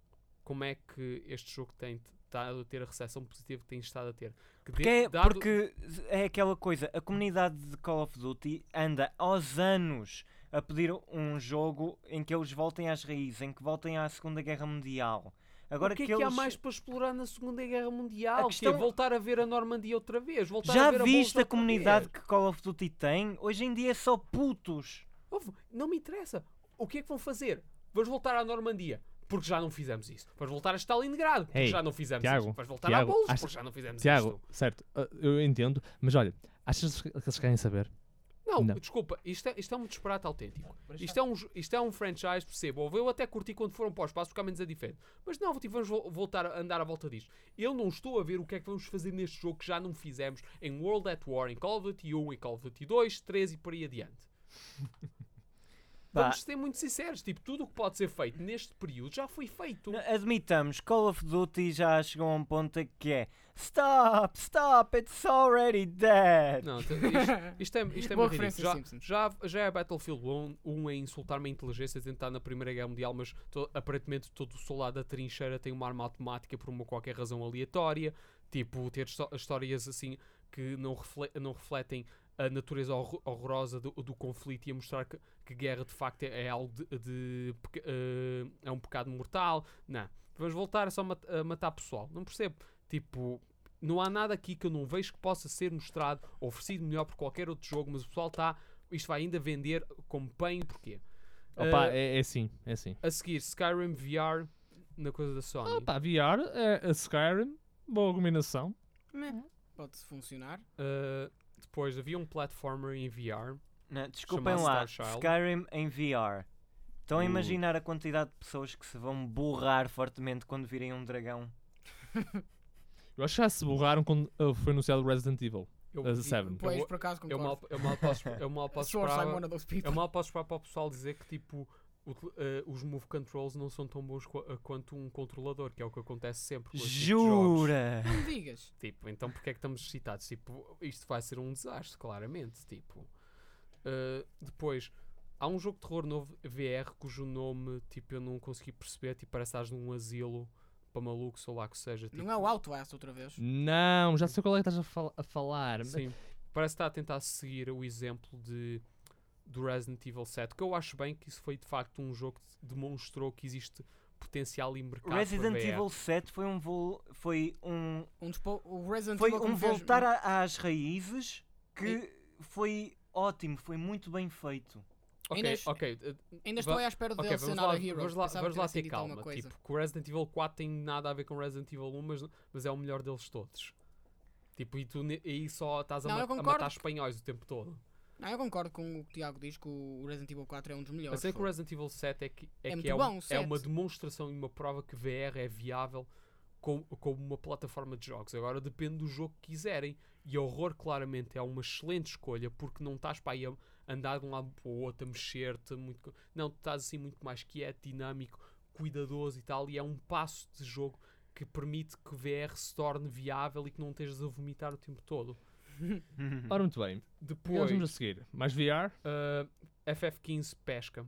A: como é que este jogo tem t- estado a ter a recepção positiva que tem estado a ter. Que de-
D: Porque, é,
A: dado-
D: porque é aquela coisa, a comunidade de Call of Duty anda aos anos a pedir um jogo em que eles voltem às raízes, em que voltem à Segunda Guerra Mundial. Agora
A: o que, é que
D: eles...
A: há mais para explorar na Segunda Guerra Mundial?
D: A
A: Que é
D: questão-
A: voltar a ver a Normandia outra vez? Voltar a
D: Já
A: ver a,
D: viste a,
A: Bolsa outra
D: comunidade
A: vez?
D: que Call of Duty tem? Hoje em dia é só putos.
A: Ouve, não me interessa. O que é que vão fazer? Vamos voltar à Normandia. Porque já não fizemos isso. Vamos voltar a Stalingrado. Porque
B: Ei,
A: já não fizemos
B: Tiago,
A: isso. Vamos voltar a
B: Tiago,
A: Bolsa.
B: acho-
A: Porque já não fizemos
B: Tiago,
A: isto.
B: certo, ah, eu entendo, mas olha, achas que eles querem saber?
A: Não,
B: Não.
A: desculpa. Isto é, isto é um disparate autêntico. Isto é, um, jo- isto é um franchise, percebo. Houve, Eu até curti quando foram para o espaço, porque ao menos é diferente. Mas não, tipo, vamos vo- voltar a andar à volta disto. Eu não estou a ver o que é que vamos fazer neste jogo que já não fizemos em World at War, em Call of Duty 1, em Call of Duty 2, 3 e por aí adiante.
D: Pá.
A: Vamos ser muito sinceros, tipo, tudo o que pode ser feito neste período já foi feito.
D: N- Admitamos, Call of Duty já chegou a um ponto que é Stop, stop, it's already dead.
A: Não, t- isto, isto é, isto é
C: Boa
A: muito
C: referência,
A: ridículo.
C: Simpsons.
A: Já, já, já é Battlefield 1, um é insultar-me a inteligência, tentar na Primeira Guerra Mundial, mas to- aparentemente todo o soldado da trincheira tem uma arma automática por uma qualquer razão aleatória. Tipo, ter histó- histórias assim que não, refle- não refletem a natureza horro- horrorosa do, do conflito e a mostrar que, que guerra de facto é, é algo de, de peca- eh, é um pecado mortal. Não. Vamos voltar só mat- a matar pessoal. Não percebo. Tipo, não há nada aqui que eu não vejo que possa ser mostrado, oferecido melhor por qualquer outro jogo, mas o pessoal está. Isto vai ainda vender como bem porquê. Ah,
B: Opa, é, é assim, é assim.
A: A seguir, Skyrim VR na coisa da Sony.
B: Opa, VR é a Skyrim, boa combinação.
C: Pode funcionar.
A: Ah, depois havia um platformer em VR.
D: Não, Né? desculpem lá,
A: Chamado Star Child.
D: Skyrim em VR. Estão a
A: Uh.
D: imaginar a quantidade de pessoas que se vão borrar fortemente quando virem um dragão?
B: Eu acho que já se borraram quando ah, foi anunciado Resident Evil
A: Eu,
B: ah, 7.
C: Pois,
A: vou-
C: por acaso,
A: eu,
C: concordo.
A: mal, eu mal posso, eu mal posso
C: Source, I'm
A: esperar.
C: one of those people.
A: Eu mal posso esperar para o pessoal dizer que tipo o tele- eh, os move controls não são tão bons qu- eh, quanto um controlador, que é o que acontece sempre com este tipo de jogos.
D: Jura!
C: Não digas.
A: Tipo, então porque é que estamos excitados? Tipo, isto vai ser um desastre, claramente. Tipo, Uh, depois há um jogo de terror novo VR cujo nome tipo eu não consegui perceber. Tipo, parece que estás num asilo para malucos ou lá que seja. Tipo,
C: Não é o Auto Ass outra vez.
B: Não, já sei qual é que estás a, fal- a falar. mas-
A: Sim, parece que está a tentar seguir o exemplo de do Resident Evil 7, que eu acho bem que isso foi de facto um jogo que demonstrou que existe potencial e mercado para
D: Resident
A: VR.
D: Evil 7 foi um vol- foi um
C: Um dos pou- o Resident
D: foi
C: Evil
D: um
C: que fez-
D: voltar a- às raízes que foi ótimo, foi muito bem feito.
A: Ok,
C: Inês,
A: ok, uh,
C: Ainda estou
A: Va-
C: aí à espera
A: Ok,
C: dele ser
A: vamos
C: nada
A: lá,
C: Hero.
A: vamos lá,
C: Pensava
A: vamos
C: que
A: lá
C: tivesse
A: ter
C: dito alguma
A: calma.
C: coisa.
A: Tipo, que o Resident Evil 4 tem nada a ver com o Resident Evil 1, mas, mas é o melhor deles todos. Tipo, e tu ne- aí só estás a,
C: Não,
A: ma-
C: eu
A: a
C: concordo
A: matar
C: que-
A: espanhóis o tempo todo.
C: Não, eu concordo com o que o Tiago diz que o Resident Evil 4 é um dos
A: Eu
C: melhores.
A: sei que o
C: fogo.
A: Resident Evil 7 é, que, é,
C: É
A: que
C: muito
A: é, um-
C: bom, o
A: é uma
C: 7.
A: demonstração e uma prova que VR é viável como, como uma plataforma de jogos. Agora depende do jogo que quiserem. E horror, claramente, é uma excelente escolha porque não estás para aí a andar de um lado para o outro, a mexer-te. Muito... co- Não, tu estás assim muito mais quieto, dinâmico, cuidadoso e tal. E é um passo de jogo que permite que VR se torne viável e que não estejas a vomitar o tempo todo. Uhum.
B: Ora, muito bem. O que nós
A: Depois,
B: vamos a seguir? Mais VR?
A: ah, FF15 pesca.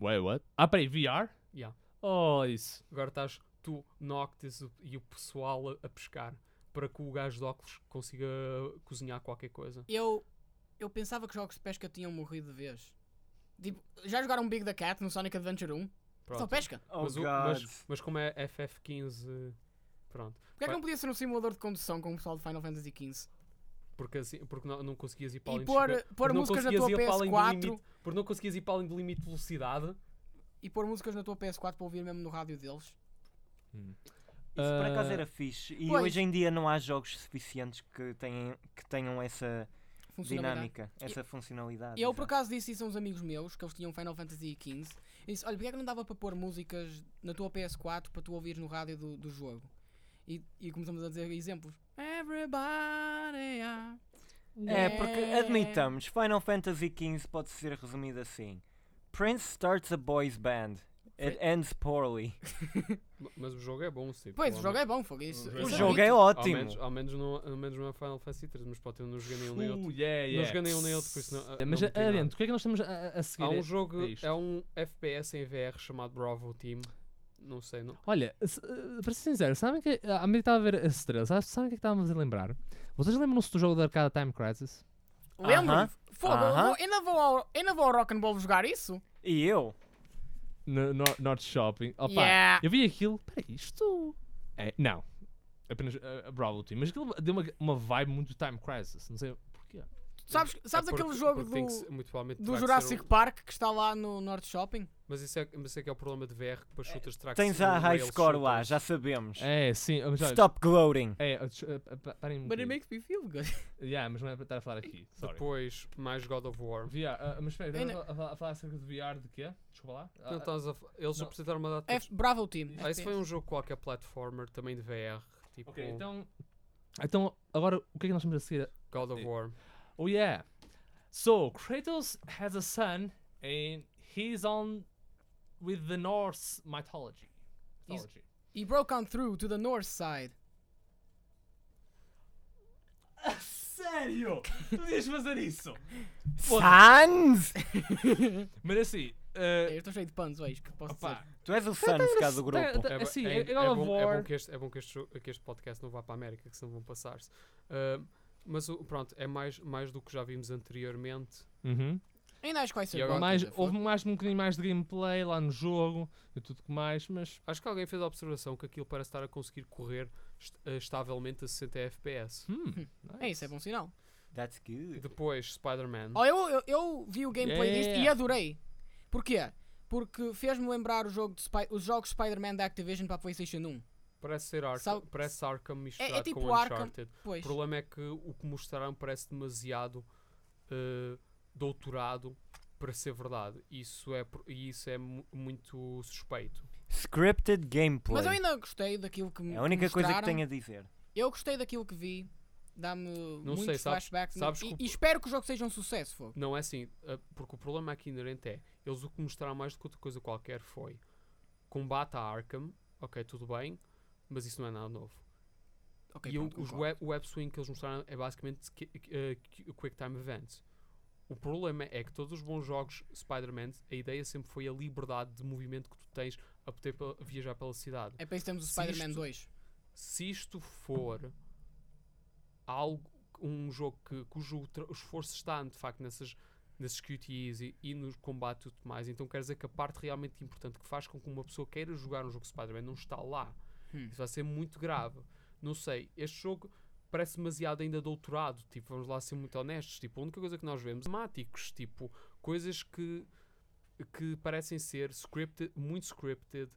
B: Wait, what? Ah, peraí, VR?
A: Yeah.
B: Oh, isso.
A: Agora estás tu, Noctis o- e o pessoal a, a pescar para que o gajo de óculos consiga cozinhar qualquer coisa.
C: Eu, eu pensava que jogos de pesca tinham morrido de vez. Tipo, já jogaram Big the Cat no Sonic Adventure 1? Só
A: Pronto.
C: pesca?
D: Oh,
A: mas, o-
D: God.
A: mas, mas como é FF15, pronto.
C: Porquê é que
A: Vai.
C: não podia ser um simulador de condução com o pessoal de Final Fantasy XV?
A: Porque, assim, porque não, não conseguias ir para
C: E
A: além dos
C: pôr-
A: cinquenta-
C: pôr
A: porque não
C: músicas na
A: conseguias
C: tua
A: ir para além do
C: PS4.
A: limite- Porque não conseguias ir para além do limite de velocidade.
C: E pôr músicas na tua PS4 para ouvir mesmo no rádio deles?
D: Isso por acaso
B: Ah,
A: uh,
D: era fixe. E
C: pois.
D: hoje em dia não há jogos suficientes que, tenham que tenham essa
C: Funcionalidade.
D: dinâmica, essa funcionalidade.
C: E eu por
D: exato.
C: acaso disse isso a uns amigos meus, que eles tinham Final Fantasy XV. E disse, olha, porquê é que não dava para pôr músicas na tua PS4 para tu ouvires no rádio do, do jogo? E, e começamos a dizer exemplos. Everybody, ah.
D: É, porque
C: É.
D: admitamos, Final Fantasy XV pode ser resumido assim: Prince starts a boys band. It ends poorly.
A: Ma- Mas o jogo é bom, sim.
C: Pois, o jogo é bom, fogo. Isso,
B: O
D: O
C: isso
D: jogo é
C: admito.
A: Ao
D: ótimo.
A: menos, ao, menos não, ao menos não é Final Fantasy 3, mas pode ter, um não joguei nenhum nem outro.
B: Uh, yeah,
A: Não
B: yeah.
A: joguei nenhum nem outro, por isso não-
B: É, Mas
A: não meti nada.
B: adentro, o que é que nós estamos a, a- a seguir?
A: Há
B: É-
A: um jogo,
B: é isto.
A: é um FPS em VR chamado Bravo Team. Não sei, não.
B: Olha, se- eh, para ser sincero, sabem que eh, à medida que estava a ver esse estrela, sabe- sabem o que é que estávamos a lembrar? Vocês lembram-se do jogo da arcade Time Crisis?
C: Lembro?
D: Aham.
C: Fogo, eu
D: Aham.
C: vou- ainda, vou ao, ainda vou ao Rock'n'Ball jogar isso?
D: E eu?
B: No, no, Norte Shopping. Opa,
C: Yeah.
B: eu vi aquilo, peraí, isto. É, não, apenas eh, a Bravo Team, mas aquilo deu uma, uma vibe muito Time Crisis, não sei porquê.
C: Sabes, sabes
A: É porque-
C: aquele jogo
A: porque tem que
C: do,
A: ser- muito provavelmente
C: do
A: terá que ser
C: Jurassic
A: um-
C: Park que está lá no Norte Shopping?
A: Mas isso é, mas isso é que é o problema de VR, que para shooters terá que
D: Tens
A: ser um
D: a high
A: rail
D: score lá,
A: shooters.
D: já sabemos.
B: É, sim, mas olha.
D: Stop gloating.
B: É, eh, deixa- eh, pa- pa- parem um
C: But it
B: bocadinho.
C: makes me feel good.
B: Yeah, mas não é para estar a falar aqui, sorry.
A: Depois, mais God of War.
B: VR, ah, mas espera,
C: Ainda- tá
B: estava a, falar- a falar acerca de VR de quê? Desculpa lá. Ah,
A: Não estás a f- eles
B: não.
A: apresentaram uma data.
C: F, É bravo time.
A: Ah, esse foi um jogo qualquer platformer, também de VR, tipo
B: ok, então. Então, agora o que é que nós estamos a seguir?
A: God of War.
B: Oh yeah. So Kratos has a son, and he's on with the Norse mythology.
C: He's-
B: mythology.
C: He broke on through to the north side.
B: Sério? Tu devias fazer isso?
D: Sans!
B: Mas assim,
C: Eu
B: uh,
C: estou cheio de panos hoje, que posso
B: opá,
D: Tu és o Sans cá do
B: tá-
D: grupo.
B: tá- assim,
A: é,
B: é,
A: é
B: God of
A: bom, é
B: War-
A: bom que este, é bom que este, jo- que este podcast não vá para a América, que senão vão passar-se. Ah, mas o- pronto, é mais, mais do que já vimos anteriormente.
B: Uhum.
C: dizer. Ainda acho que vai ser
A: E
C: bom.
A: agora-
B: mais,
C: Fogo.
B: houve mais um bocadinho mais de gameplay lá no jogo e tudo que mais, mas
A: Acho que alguém fez a observação que aquilo parece estar a conseguir correr est- ah, estavelmente a 60 FPS.
B: hum,
C: É isso, é bom sinal.
D: That's good.
A: Depois, Spider-Man.
C: Oh, eu, eu, eu vi o gameplay
B: Yeah.
C: disto e adorei. Porquê? Porque fez-me lembrar o jogo de Spy- os jogos Spider-Man da Activision para a PlayStation 1.
A: Parece ser Arkham,
C: Sabe-
A: parece Arkham misturado
C: tipo
A: com
C: Arkham.
A: Uncharted. O
C: Pois.
A: problema é que o que mostraram parece demasiado eh, doutorado para ser verdade. Isso é, pro- e isso é mu- muito suspeito.
D: Scripted gameplay.
C: Mas eu ainda gostei daquilo que me
D: É a única coisa que
C: mostraram.
D: tenho a dizer.
C: Eu gostei daquilo que vi. Dá-me muitos
A: sei, sabes-
C: flashbacks.
A: sabes
C: e,
A: que o-
C: e espero que o jogo seja um sucesso, fogo.
A: Não é assim, eh, porque o problema aqui inerente é, eles o que mostraram mais do que outra coisa qualquer foi combate a Arkham, ok, tudo bem, mas isso não é nada novo.
C: Ok,
A: e o-
C: pronto,
A: os
C: concordo.
A: web, o web swing que eles mostraram é basicamente qui- eh, qui- Quick Time Events. O problema é que todos os bons jogos Spider-Man, a ideia sempre foi a liberdade de movimento que tu tens a poder pe- viajar pela cidade.
C: É para isso que temos o
A: Se
C: Spider-Man
A: isto-
C: 2.
A: se isto for algo, um jogo que, cujo tra- o esforço está de facto nessas, nesses QTEs e, e no combate e tudo mais, então quer dizer que a parte realmente importante que faz com que uma pessoa queira jogar um jogo de Spider-Man não está lá.
C: Hum.
A: Isso vai ser muito grave. Não sei, este jogo parece demasiado ainda doutorado, tipo, vamos lá ser muito honestos, tipo, a única coisa que nós vemos é temáticos, tipo, coisas que que parecem ser scripted, muito scripted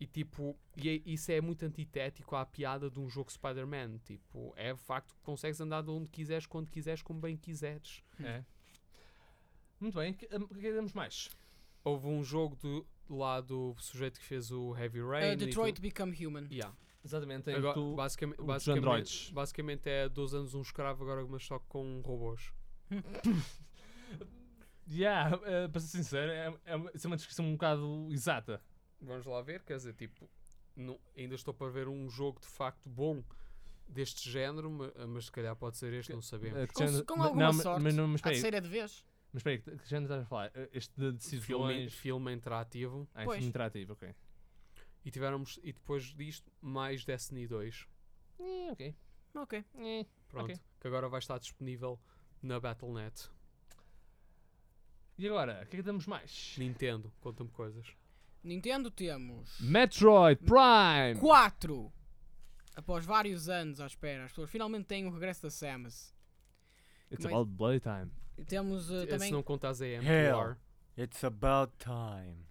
A: e tipo, e é- isso é muito antitético à piada de um jogo Spider-Man. Tipo, é o facto que consegues andar de onde quiseres, quando quiseres, como bem quiseres.
B: um, é. Muito bem, o que, o que é que temos mais?
A: Houve um jogo do lá do sujeito que fez o Heavy Rain.
C: Uh,
A: e
C: Detroit
A: tudo.
C: Become Human.
A: Yeah.
B: Exatamente, É tem
A: Agora,
B: tu-
A: basicam-
B: os androides.
A: basicamente, basicamente é 12 anos um escravo, agora mas só com robôs.
B: Yeah, eh, para ser sincero, é, é uma- isso é uma descrição um bocado exata.
A: Vamos lá ver, quer dizer, tipo, não- ainda estou para ver um jogo de facto bom deste género, ma- mas, se calhar pode ser este, não sabemos.
B: Eh,
C: Com-
B: género-
C: com
B: ma-
C: alguma
B: não, ma-
C: sorte,
B: Mas, não- mas
C: A
B: espera aí,
C: terceira é de vez.
B: mas espera aí, que- que género estás a falar? Eh, Este de
A: filme,
B: decisões.
A: filme interativo.
B: Ah,
C: Pois.
B: filme interativo, ok.
A: E tivermos, e depois disto, mais Destiny 2.
B: Eh, ok.
C: Ok.
B: Eh.
A: Pronto.
B: Ok.
A: Que agora vai estar disponível na Battle.net.
B: E agora, o que é que temos mais?
A: Nintendo, conta-me coisas.
C: Nintendo temos
B: Metroid Prime!
C: 4. Após vários anos à espera, as pessoas finalmente têm o regresso da Samus.
B: It's
C: Mas-
B: about bloody time.
C: E Temos uh,
A: Eh, Se
C: também.
A: não contas é
D: Hell.
A: MTR.
D: It's about time.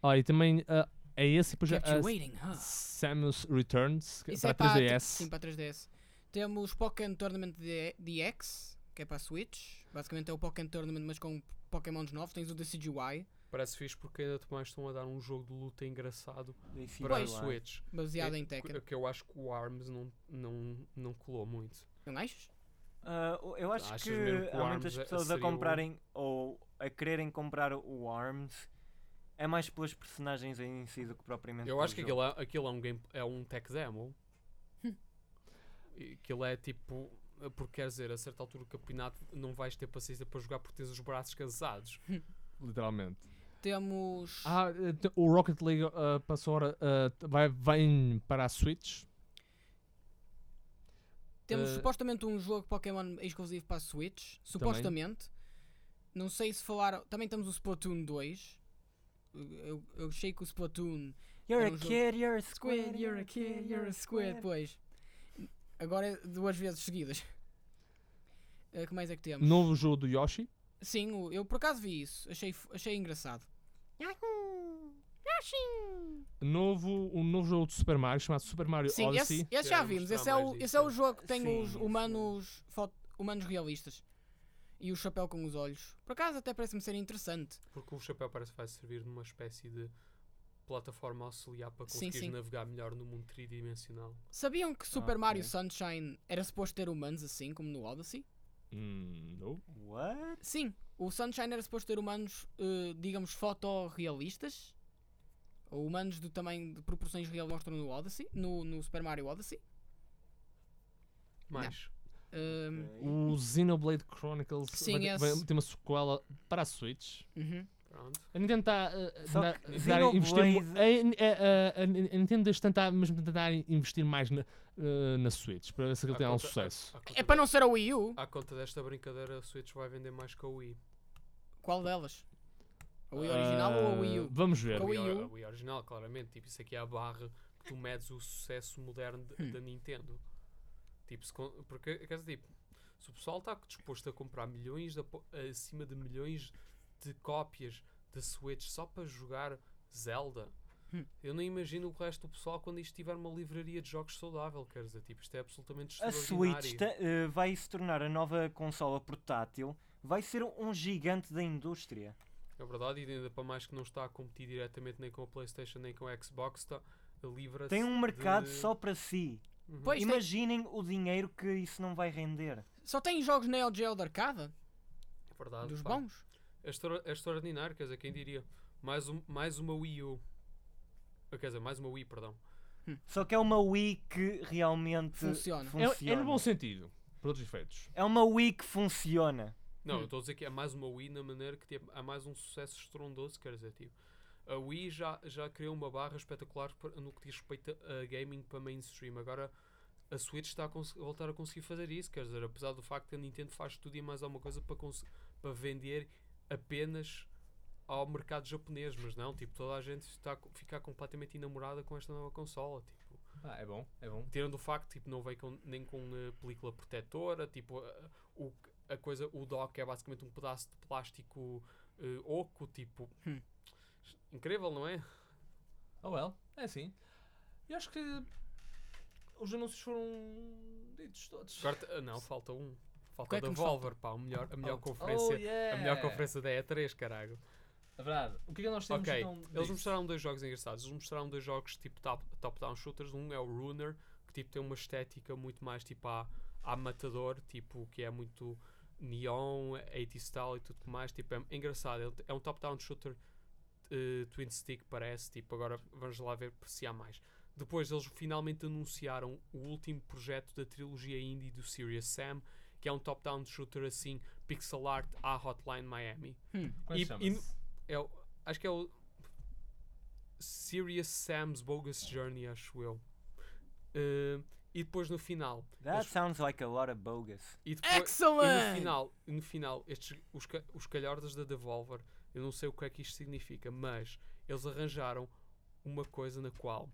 B: Olha, e também ah, é esse e depois
C: Kept you
B: a
C: waiting, huh?
B: Samus Returns que-
C: Isso
B: para
C: é
B: a
C: para
B: 3DS.
C: Sim, para 3DS. Temos Pokémon Tournament D- DX, que é para a Switch. Basicamente é o Pokémon Tournament, mas com Pokémons novos. Tens o DCGY,
A: Parece fixe porque ainda mais estão a dar um jogo de luta engraçado
D: Deixa
A: para a
D: eu lá.
A: Switch.
C: baseado
A: É,
C: em
A: Que,
C: Tekken.
A: que eu acho que o ARMS não, não, não colou muito.
C: Não achas?
D: Ah, o- eu acho
A: Achas
D: que
A: mesmo que o
D: há muitas
A: ARMS é-
D: pessoas a
A: seria o-
D: comprarem ou a quererem comprar o ARMS é mais pelas personagens em si do que propriamente
A: Eu
D: pelo
A: acho que
D: jogo.
A: aquilo é, aquilo é um game, é um tech demo. E aquilo é tipo. Porque quer dizer, a certa altura do campeonato não vais ter paciência para jogar porque tens os braços cansados.
B: Literalmente.
C: Temos.
B: Ah, eh, te- o Rocket League ah, passou agora, ah, t- vai, vem para a Switch.
C: Temos
B: Eh,
C: supostamente um jogo Pokémon exclusivo para a Switch. Supostamente. Não sei se falaram. Também temos o Splatoon 2. Eu- Eu, eu achei que o Splatoon.
D: You're
C: é
D: a
C: um jogo-
D: kid, you're a squid, you're a kid, you're a
C: squid.
D: squid.
C: Pois. Agora é duas vezes seguidas. Eh, que mais é que temos?
B: Novo jogo do Yoshi.
C: Sim, o- eu por acaso vi isso. Achei, f- achei engraçado.
B: Novo, um novo jogo de Super Mario chamado Super Mario
C: Sim,
B: Odyssey.
C: esse, esse já
A: Quero
C: vimos.
A: mostrar
C: Esse é, o,
A: mais
C: esse é o
A: disso.
C: jogo que tem
D: Sim,
C: os
D: esse é.
C: humanos, foto- humanos realistas. E o chapéu com os olhos. Por acaso até parece-me ser interessante.
A: Porque o chapéu parece que vai servir numa espécie de plataforma auxiliar para
C: Sim,
A: conseguires
C: sim.
A: navegar melhor no mundo tridimensional.
C: Sabiam que Super
D: ok.
C: Mario Sunshine era suposto ter humanos assim, como no Odyssey?
B: Hum, não.
D: What?
C: Sim, o Sunshine era suposto ter humanos, eh, digamos, fotorrealistas. Ou humanos do tamanho de proporções real mostram no Odyssey, no, no Super Mario Odyssey.
A: Mas É,
C: Ahm,
B: O Xenoblade Chronicles
C: É Sim,
B: vai, ter-
C: esse.
B: vai ter uma sequela para a Switch.
C: uhum.
A: pronto.
B: A Nintendo tá, eh, está a-
D: Só
B: a- a-
D: que
B: tentar a investir. mu-
D: Xenoblade-
B: A, a- a- a Nintendo está tentar, mesmo tentar investir mais na, eh, na Switch para ver se ele
A: À
B: tem algum
A: conta-
B: sucesso.
A: à- à conta
C: É para não
A: de-
C: ser a Wii U.
A: À conta desta brincadeira, a Switch vai vender mais que a Wii.
C: Qual delas? A Wii original ou a Wii
B: Ah,
C: U?
B: Vamos ver.
C: Com
A: A
C: a
A: Wii,
C: Wii
A: or-
C: U.
A: a Wii original, claramente. Tipo, isso aqui é a barra que tu medes o sucesso moderno de-
D: Hum.
A: da Nintendo. Tipo, se, con- porque, quer dizer, tipo, se o pessoal está disposto a comprar milhões, de apo- acima de milhões de cópias da Switch só para jogar Zelda,
C: Hum.
A: eu não imagino o resto do pessoal quando isto tiver uma livraria de jogos saudável, quer dizer, tipo, isto é absolutamente
D: A
A: extraordinário.
D: Switch ta- eh, vai se tornar a nova consola portátil, vai ser um gigante da indústria.
A: É verdade, e ainda para mais que não está a competir diretamente nem com a Playstation, nem com a Xbox, tá, livra-se
D: Tem um mercado
A: de-
D: só para si.
A: Uhum.
C: Pois, tem-
D: Imaginem o dinheiro que isso não vai render.
C: Só tem jogos Neo Geo de arcada?
A: É verdade,
C: dos
A: pá.
C: bons?
A: É, extra- é extraordinário, quer dizer, quem diria? Mais, um, mais uma Wii U. Ah, Quer dizer, mais uma Wii, perdão.
D: Só que é uma Wii que realmente
C: Funciona.
B: É- É, no
D: funciona.
B: bom sentido, por outros efeitos.
D: É uma Wii que funciona.
A: Não, eu estou a dizer que é mais uma Wii na maneira que tipo, há mais um sucesso estrondoso, quer dizer, tipo. A Wii já, já criou uma barra espetacular pa- no que diz respeito a gaming para mainstream. Agora a Switch está a cons- a voltar a conseguir fazer isso, quer dizer, apesar do facto que a Nintendo faz tudo e mais alguma coisa para, cons- para vender apenas ao mercado japonês, mas não, tipo, toda a gente está a co- ficar completamente enamorada com esta nova consola, tipo.
B: Ah, é bom, é bom.
A: Tirando o facto tipo, não vem com- nem com eh, película protetora, tipo, a, o, a coisa, o dock é basicamente um pedaço de plástico eh, oco, tipo.
C: Hum.
A: Incrível, não é?
B: Oh well, é assim. Eu acho que os anúncios foram ditos todos.
A: Agora, ah, não, falta um.
C: Qual
A: Falta
C: é
A: a
C: que
A: da
C: nos
A: Volver, pá, o melhor, a melhor
B: Oh,
A: conferência. A melhor
B: yeah.
A: conferência da E3, caralho.
B: É verdade. O que é que nós temos
A: Ok,
B: então
A: eles
B: disso?
A: mostraram dois jogos engraçados. Eles mostraram dois jogos tipo top- top-down shooters. Um é o Runer, que tipo, tem uma estética muito mais tipo à, à matador, tipo, que é muito neon, 80 style e tudo mais. Tipo, é engraçado. Ele- É um top-down shooter eh, twin stick, parece. Tipo, agora vamos lá ver se há mais. Depois eles finalmente anunciaram o último projeto da trilogia indie do Serious Sam, que é um top-down shooter assim, pixel art à Hotline Miami.
B: Como é que
A: e-
B: chama-se?
A: É o- acho que é o Serious Sam's Bogus Journey, acho eu. Eh, e depois no final.
D: That
A: eles-
D: sounds like a lot of bogus.
A: e depois, e no
C: Excellent!
A: final, e no final estes, os, ca- os calhordas da Devolver, eu não sei o que é que isto significa, mas eles arranjaram uma coisa na qual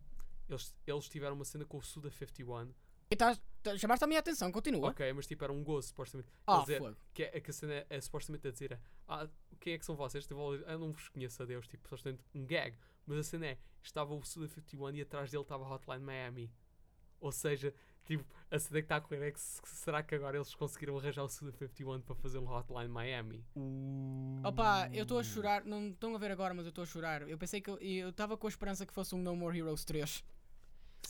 A: eles, eles tiveram uma cena com o Suda 51.
C: E tás- tá- Chamaste a minha atenção, continua.
A: Ok, mas tipo era um gozo, supostamente.
C: Ah,
A: Quer dizer,
C: fogo.
A: que, é, que a cena é, é supostamente a dizer ah, quem é que são vocês? Devolver, eu não vos conheço a Deus, tipo, supostamente um gag. Mas a cena é, estava o Suda 51 e atrás dele estava a Hotline Miami. Ou seja, tipo, a cena que está a correr é que se- será que agora eles conseguiram arranjar o Suda 51 para fazer um Hotline Miami?
C: Opa, eu estou a chorar, não estão a ver agora, mas eu estou a chorar. Eu pensei que eu- eu estava com a esperança que fosse um No More Heroes 3.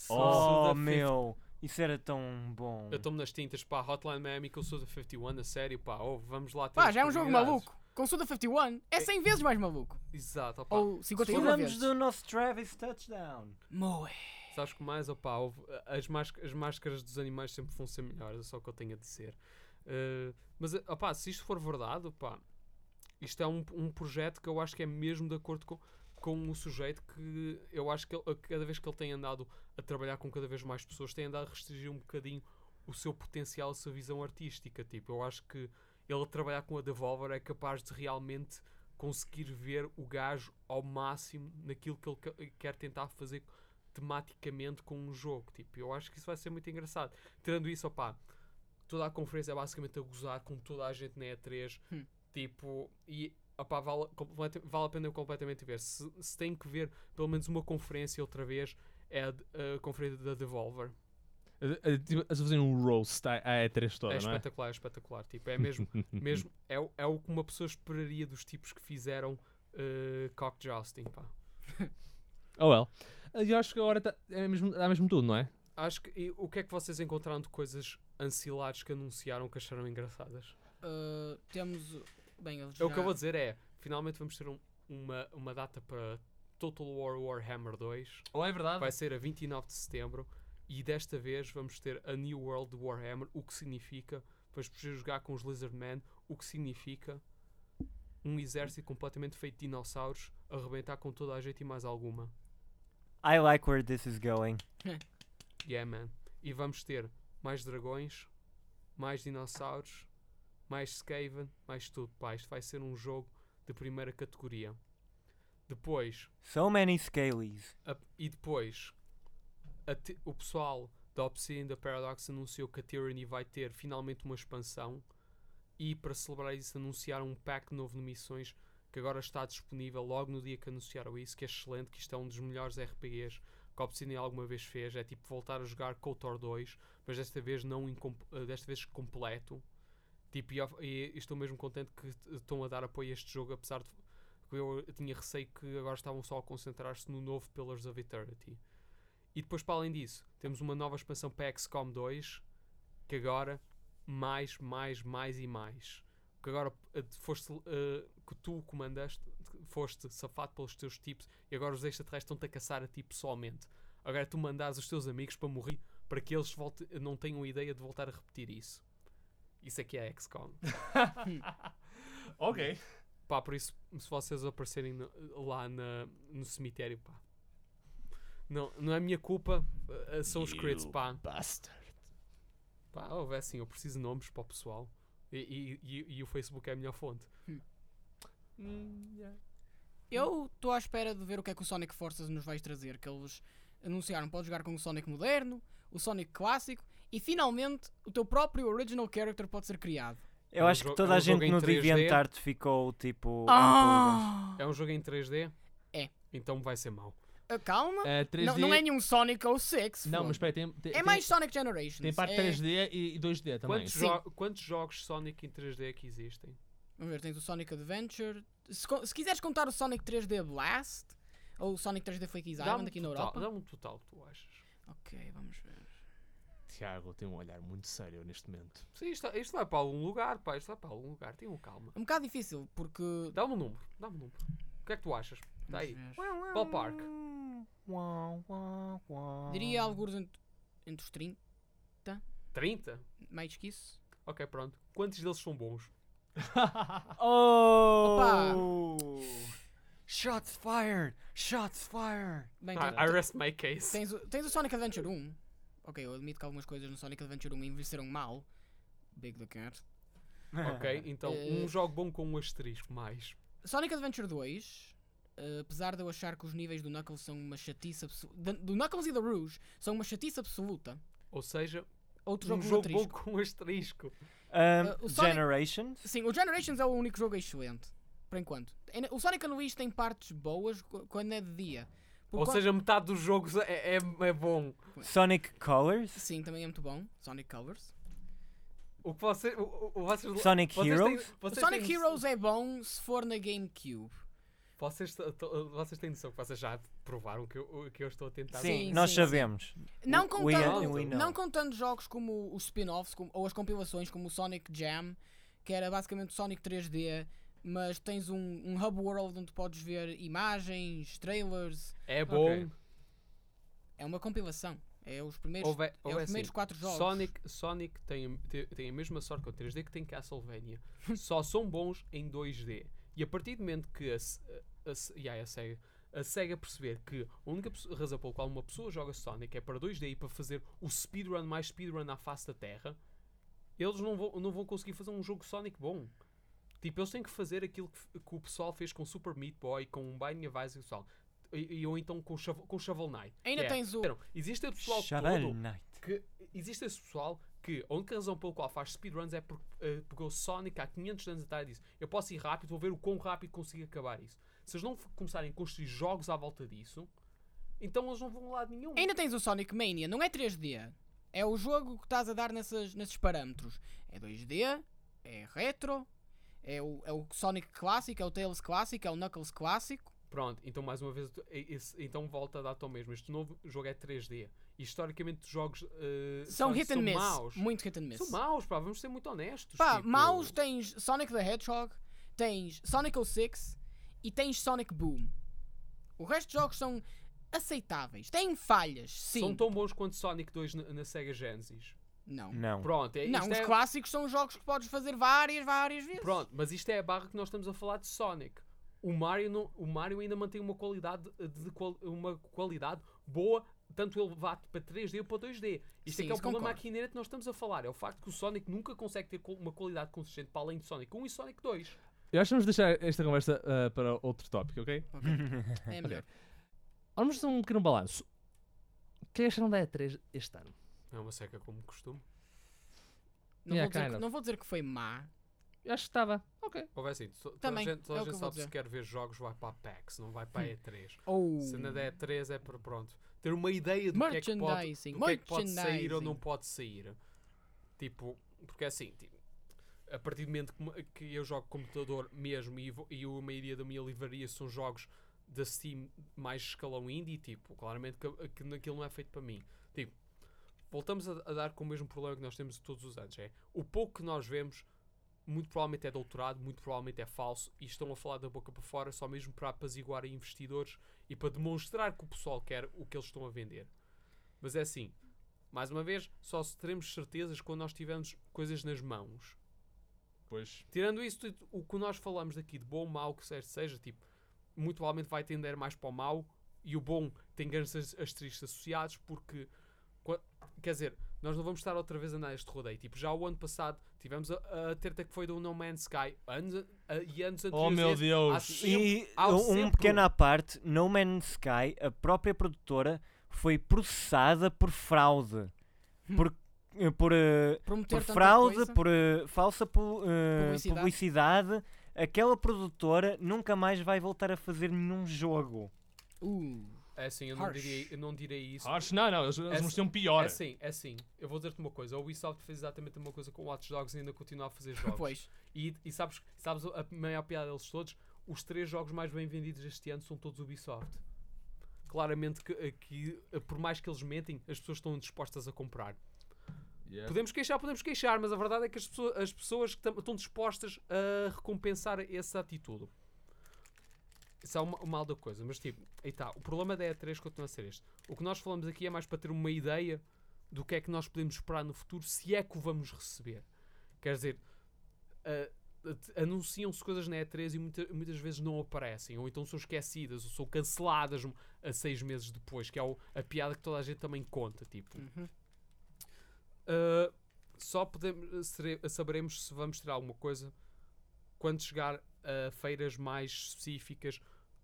D: Oh
A: Suda
D: meu, isso era tão bom.
A: Eu estou-me nas tintas, pá, Hotline Miami com o Suda 51, a sério, pá, oh, vamos lá ter
C: Pá, já é um jogo
A: oportunidades.
C: maluco. Com Suda 51 é 100 vezes mais maluco.
A: Exato, opá.
C: Ou 51
D: Falamos
C: vezes.
D: do nosso Travis Touchdown.
C: Moe.
A: Sabes que mais, opá, houve- as, másc- as máscaras dos animais sempre vão ser melhores, é só o que eu tenho a dizer. Eh, mas, eh, opá, se isto for verdade, opá, isto é um, um projeto que eu acho que é mesmo de acordo com, com o sujeito que eu acho que ele- a cada vez que ele tem andado a trabalhar com cada vez mais pessoas, tem andado a restringir um bocadinho o seu potencial, a sua visão artística. Tipo, eu acho que ele a trabalhar com a Devolver é capaz de realmente conseguir ver o gajo ao máximo naquilo que ele que- quer tentar fazer tematicamente com um jogo. Tipo, eu acho que isso vai ser muito engraçado. Tirando isso, opá, toda a conferência é basicamente a gozar com toda a gente na E3.
C: Hum.
A: Tipo, e opá, vale, completa- vale a pena completamente ver. Se, se tem que ver pelo menos uma conferência outra vez, é a, de- a conferência da Devolver.
B: A- a- tipo, Eles fazem um roast à à E3 toda,
A: é
B: não é?
A: espetacular, é espetacular. Tipo, é mesmo, mesmo é, o- é o que uma pessoa esperaria dos tipos que fizeram eh, Cock Jousting, pá.
B: Oh well. Eu acho que agora tá, é mesmo, dá mesmo tudo, não é?
A: Acho que, e o que é que vocês encontraram de coisas ancilares que anunciaram que acharam engraçadas?
C: Uh, temos. o- Bem, eles
A: É o que
C: já-
A: eu vou dizer é, finalmente vamos ter um- uma, uma data para Total War Warhammer 2.
B: Ou é verdade?
A: Vai ser a 29 de setembro e desta vez vamos ter a New World de Warhammer, o que significa vamos poder jogar com os Lizardmen, o que significa um exército completamente feito de dinossauros arrebentar com toda a gente e mais alguma.
D: I like where this is going.
A: Yeah, man. E vamos ter mais dragões, mais dinossauros, mais Skaven, mais tudo. Pá, isto vai ser um jogo de primeira categoria. Depois,
D: So many scalies.
A: A- e depois, a ti- o pessoal da Obsidian da Paradox anunciou que a Tyranny vai ter finalmente uma expansão. E para celebrar isso, anunciaram um pack novo de missões que agora está disponível logo no dia que anunciaram isso. Que é excelente, que isto é um dos melhores RPGs que a Obsidian alguma vez fez. É tipo voltar a jogar KOTOR 2, mas desta vez, não incom- eh, desta vez completo. Tipo, e, of- e estou mesmo contente que t- estão a dar apoio a este jogo, apesar de que eu tinha receio que agora estavam só a concentrar-se no novo Pillars of Eternity. E depois, para além disso, temos uma nova expansão para XCOM 2, que agora mais, mais, mais e mais. Que agora eh, foste, eh, que tu comandaste, foste safado pelos teus tipos e agora os extraterrestres estão-te a caçar a ti pessoalmente. Agora é tu mandares os teus amigos para morrer para que eles volte- não tenham ideia de voltar a repetir isso. Isso aqui é XCOM.
B: ok.
A: Pá, por isso, se vocês aparecerem no- lá na- no cemitério, pá. Não, não é minha culpa, eh, eh, são os crits, pá.
B: Bastard.
A: Pá, houve assim, eu preciso de nomes para o pessoal. E, e- e- e o Facebook é a melhor fonte.
C: Eu estou à espera de ver o que é que o Sonic Forces nos vai trazer. Que eles anunciaram: pode jogar com o Sonic moderno, o Sonic clássico e finalmente o teu próprio original character pode ser criado.
D: Eu
A: É um
D: acho
A: jogo-
D: que
A: é
D: toda
A: um
D: a
A: jogo
D: gente
A: em
D: no
A: 3D.
D: DeviantArt ficou tipo. empolgada.
C: Ah!
A: É um jogo em 3D?
C: É.
A: Então vai ser mau.
C: Ah, Calma,
B: É, 3D...
C: não, não é nenhum Sonic 06.
B: Não,
C: fogo.
B: mas espera, tem, tem,
C: É mais Sonic Generations.
B: tem, tem parte
C: é...
B: 3D e, e 2D também.
A: Quantos,
C: Sim.
A: jo- quantos jogos Sonic em 3D é que existem?
C: Vamos ver, tens o Sonic Adventure, Se, co- se quiseres contar o Sonic 3D Blast, ou o Sonic 3D Fake
A: Dá-me
C: Island aqui na
A: total-
C: Europa.
A: Dá-me um total que tu achas.
C: Ok, vamos ver.
B: Tiago tem um olhar muito sério neste momento.
A: Sim, isto, isto vai para algum lugar, pá. Isto vai para algum lugar. Tenham calma.
C: É um bocado difícil, porque.
A: Dá-me um número. Dá-me um número. O que é que tu achas? Está aí.
C: vamos ver.
A: Ballpark.
D: Uau, uau, uau.
C: Diria alguns entre, entre os 30,
A: 30?
C: mais que isso.
A: Ok, pronto. Quantos deles são bons?
D: Oh! Shots fired! Shots fired!
C: Bem,
A: Ah,
C: tens-
A: I rest my case.
C: Tens, o- tens o Sonic Adventure 1. Ok, eu admito que algumas coisas no Sonic Adventure 1 envelheceram mal. Big the cat.
D: Ah.
A: Ok, então
C: Eh.
A: um jogo bom com um asterisco mais.
C: Sonic Adventure 2. eh, apesar de eu achar que os níveis do Knuckles são uma chatice absoluta. Do Knuckles e da Rouge são uma chatice absoluta.
A: Ou seja,
C: Outro
A: um
C: jogo,
A: jogo
C: muito
A: bom
C: triste.
A: com um asterisco.
D: Um,
C: Uh, o Sonic-
D: Generations?
C: Sim, o Generations é o único jogo excelente. Por enquanto. Ainda- O Sonic Unleashed tem partes boas qu- quando é de dia. Por
A: Ou
C: quan-
A: seja, metade dos jogos é, é, é bom.
D: Sonic Colors?
C: Sim, também é muito bom. Sonic Colors.
A: O que vocês. O, o- o, vocês
D: Sonic
A: vocês têm-
D: Heroes?
C: O
A: vocês
C: Sonic
A: têm- um
C: Heroes é bom se for na GameCube.
A: Vocês, t- t- vocês têm noção que vocês já provaram que eu, que eu estou a tentar.
C: Sim,
D: nós
C: sim,
D: sabemos.
A: Um
C: Não
D: We- we
C: contando,
A: know, we
D: know.
C: não contando jogos como os spin-offs como- ou as compilações, como o Sonic Jam, que era basicamente Sonic 3D, mas tens um, um hub world onde podes ver imagens, trailers.
A: É bom.
C: É uma compilação. É os primeiros,
A: Houve,
C: é os
A: houve assim,
C: primeiros quatro jogos.
A: Sonic, Sonic tem, te- tem a mesma sorte que o 3D que tem Castlevania. Só são bons em 2D. E a partir do momento que a, S- a, S- yeah, a SEGA, a SEGA perceber que a única pesso- razão pela qual uma pessoa joga Sonic é para 2D e para fazer o speedrun mais speedrun à face da Terra, eles não vão, não vão conseguir fazer um jogo Sonic bom. Tipo, eles têm que fazer aquilo que, f- que o pessoal fez com Super Meat Boy, com Binding of Isaac e o pessoal. E, e- ou então com, Shovel- com Shovel Knight.
C: Ainda
A: que é,
C: tens o-
A: esperam, existe outro pessoal
D: Shovel
A: todo
D: Knight.
A: que existe esse pessoal que a única razão pela qual faz speedruns é porque eh, pegou Sonic há 500 anos atrás e disse eu posso ir rápido, vou ver o quão rápido consigo acabar isso. Se eles não f- começarem a construir jogos à volta disso, então eles não vão a lado nenhum.
C: Ainda tens o Sonic Mania, não é 3D. É o jogo que estás a dar nessas, nesses parâmetros. É 2D, é retro, é o, é o Sonic clássico, é o Tails clássico, é o Knuckles clássico.
A: Pronto, então mais uma vez, tu- e- esse- então volta a dar-te ao mesmo. Este novo jogo é 3D. E historicamente os jogos eh,
C: São
A: Sonic
C: hit and miss.
A: maus.
C: Muito hit and miss.
A: São maus, pá, vamos ser muito honestos.
C: Pá,
A: tipo,
C: maus tens Sonic the Hedgehog, tens Sonic 06 e tens Sonic Boom. O resto de jogos são aceitáveis. Têm falhas, sim.
A: São tão bons quanto Sonic 2 na, na Sega Genesis.
C: Não.
D: Não.
A: Pronto, é,
C: Não,
A: isto
C: os
A: é-
C: clássicos são jogos que podes fazer várias, várias vezes.
A: Pronto, mas isto é a barra que nós estamos a falar de Sonic. O Mario, não, o Mario ainda mantém uma qualidade, de- de qual- uma qualidade boa, tanto ele vá para 3D ou para 2D. Isto
C: Sim,
A: é que é o problema
C: isso concordo.
A: aqui inerente que nós estamos a falar. É o facto que o Sonic nunca consegue ter co- uma qualidade consistente para além de Sonic 1 e Sonic 2.
B: Eu acho que vamos deixar esta conversa ah, para outro tópico, ok?
C: Ok. É melhor.
B: Vamos fazer um pequeno balanço. O que é que acharam da E3 este ano?
A: É uma seca como costume.
C: Não,
B: Yeah,
C: vou dizer
B: kind
C: que,
B: of.
C: não vou dizer que foi má.
B: Eu acho que estava. Ok.
A: Houve assim, to- toda
C: Também,
A: a gente, toda
C: é
A: a
C: o que
A: gente
C: eu vou
A: sabe se
C: dizer.
A: quer ver jogos vai para a PAX, não vai para a E3.
C: Ou.
A: Se na E3 é para pronto. Ter uma ideia do que é que pode,
C: Merchandising,
A: do que é que pode sair ou
C: merchandising.
A: não pode sair. Tipo, porque é assim, tipo, a partir do momento que me- que eu jogo computador mesmo e, vou- e a maioria da minha livraria são jogos da Steam mais escalão indie, tipo, claramente que, que aquilo não é feito para mim. Tipo, voltamos a, a dar com o mesmo problema que nós temos todos os anos, é o pouco que nós vemos muito provavelmente é doutorado, muito provavelmente é falso e estão a falar da boca para fora só mesmo para apaziguar investidores e para demonstrar que o pessoal quer o que eles estão a vender. Mas é assim, mais uma vez, só se teremos certezas quando nós tivermos coisas nas mãos.
B: Pois.
A: Tirando isso, tudo, o que nós falamos daqui de bom, mau, que seja, seja, tipo, muito provavelmente vai tender mais para o mau e o bom tem grandes as- asteriscos associados porque, qua- quer dizer, nós não vamos estar outra vez a andar este rodeio. Tipo, já o ano passado tivemos a, a treta que foi do No Man's Sky anos, a- a- e anos anteriores.
B: Oh meu
A: desse, há
B: Deus.
A: sempre-
D: E
A: há
D: um
A: sempre
D: pequeno à parte, No Man's Sky, a própria produtora foi processada por fraude. Por, eh, por, eh,
C: Prometer
D: por
C: tanta
D: fraude,
C: coisa.
D: por eh, falsa pu- eh,
C: Publicidade.
D: publicidade. Aquela produtora nunca mais vai voltar a fazer nenhum jogo.
C: Uh.
A: É assim, eu não
C: Harsh.
A: direi, eu não direi isso.
B: Acho não, não. Eles, eles
A: É-
B: mereciam pior.
A: É assim, é assim. Eu vou dizer-te uma coisa. A Ubisoft fez exatamente a mesma coisa com o Watch Dogs e ainda continua a fazer jogos.
C: Pois.
A: E, e sabes, sabes a maior piada deles todos? os três jogos mais bem vendidos este ano são todos Ubisoft. Claramente que, eh, que, eh, por mais que eles mentem, as pessoas estão dispostas a comprar. Podemos queixar, podemos queixar, mas a verdade é que as pessoas, as pessoas que tam- estão dispostas a recompensar essa atitude. Isso é uma, uma alda coisa, mas tipo, aí está, o problema da E3 continua a ser este. O que nós falamos aqui é mais para ter uma ideia do que é que nós podemos esperar no futuro, se é que o vamos receber. Quer dizer, a- a- anunciam-se coisas na E3 e muita- muitas vezes não aparecem, ou então são esquecidas, ou são canceladas hum, a seis meses depois, que é o- a piada que toda a gente também conta, tipo.
C: Uhum.
A: Uh, só podemos, sere- saberemos se vamos ter alguma coisa quando chegar a feiras mais específicas,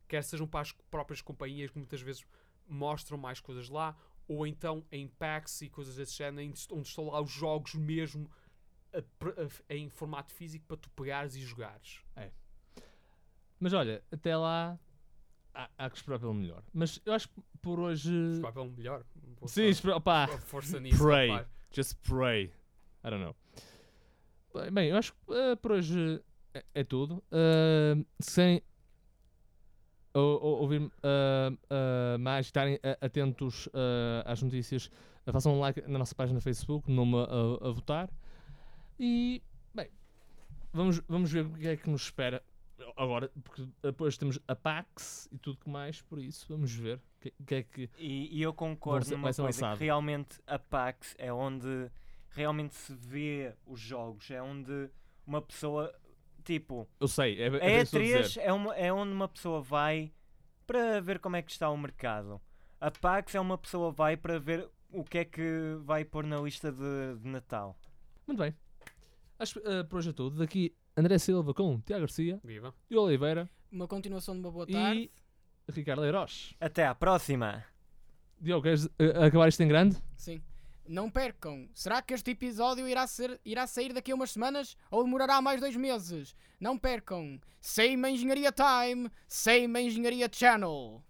A: quer sejam para as próprias companhias que muitas vezes mostram mais coisas lá, ou então em packs e coisas desse género, em- onde estão lá os jogos mesmo a pre- a- em formato físico para tu pegares e jogares.
B: Mas olha, até lá há, há que esperar pelo melhor. Mas eu acho que por hoje.
A: Desculpa, é um melhor. Vou
B: Sim,
A: só-
B: espera. Opá,
A: só força nisso.
B: Pray.
A: rapaz.
B: just pray. I don't know. Bem, Bem, eu acho que eh, por hoje é, é tudo. Ah, sem ou- ou- ouvir ah, ah, mais, estarem ah, atentos ah, às notícias, ah, façam um like na nossa página no Facebook, numa a, a votar. E, bem, vamos, vamos ver o que é que nos espera agora, porque depois temos a PAX e tudo que mais, por isso vamos ver o que, o que é que.
D: E, e eu concordo
B: Vai ser-
D: numa
B: vai ser
D: coisa
B: lançado.
D: que realmente a PAX é onde realmente se vê os jogos, é onde uma pessoa tipo
B: Eu sei, é, é,
D: a
B: bem isso que eu estou a dizer.
D: E3 é, uma- é onde uma pessoa vai para ver como é que está o mercado. A PAX é uma pessoa vai para ver o que é que vai pôr na lista de, de Natal.
B: Muito bem. Acho que eh, por hoje é tudo. Daqui André Silva com Tiago Garcia,
A: Viva.
B: Diogo Oliveira,
C: Uma continuação de uma boa
B: E-
C: tarde.
B: Ricardo Leiroz.
D: Até à próxima!
B: Diogo, queres eh, acabar isto em grande?
C: Sim. Não percam. Será que este episódio irá, ser, irá sair daqui a umas semanas ou demorará mais dois meses? Não percam. Same Engenharia Time, Same Engenharia Channel.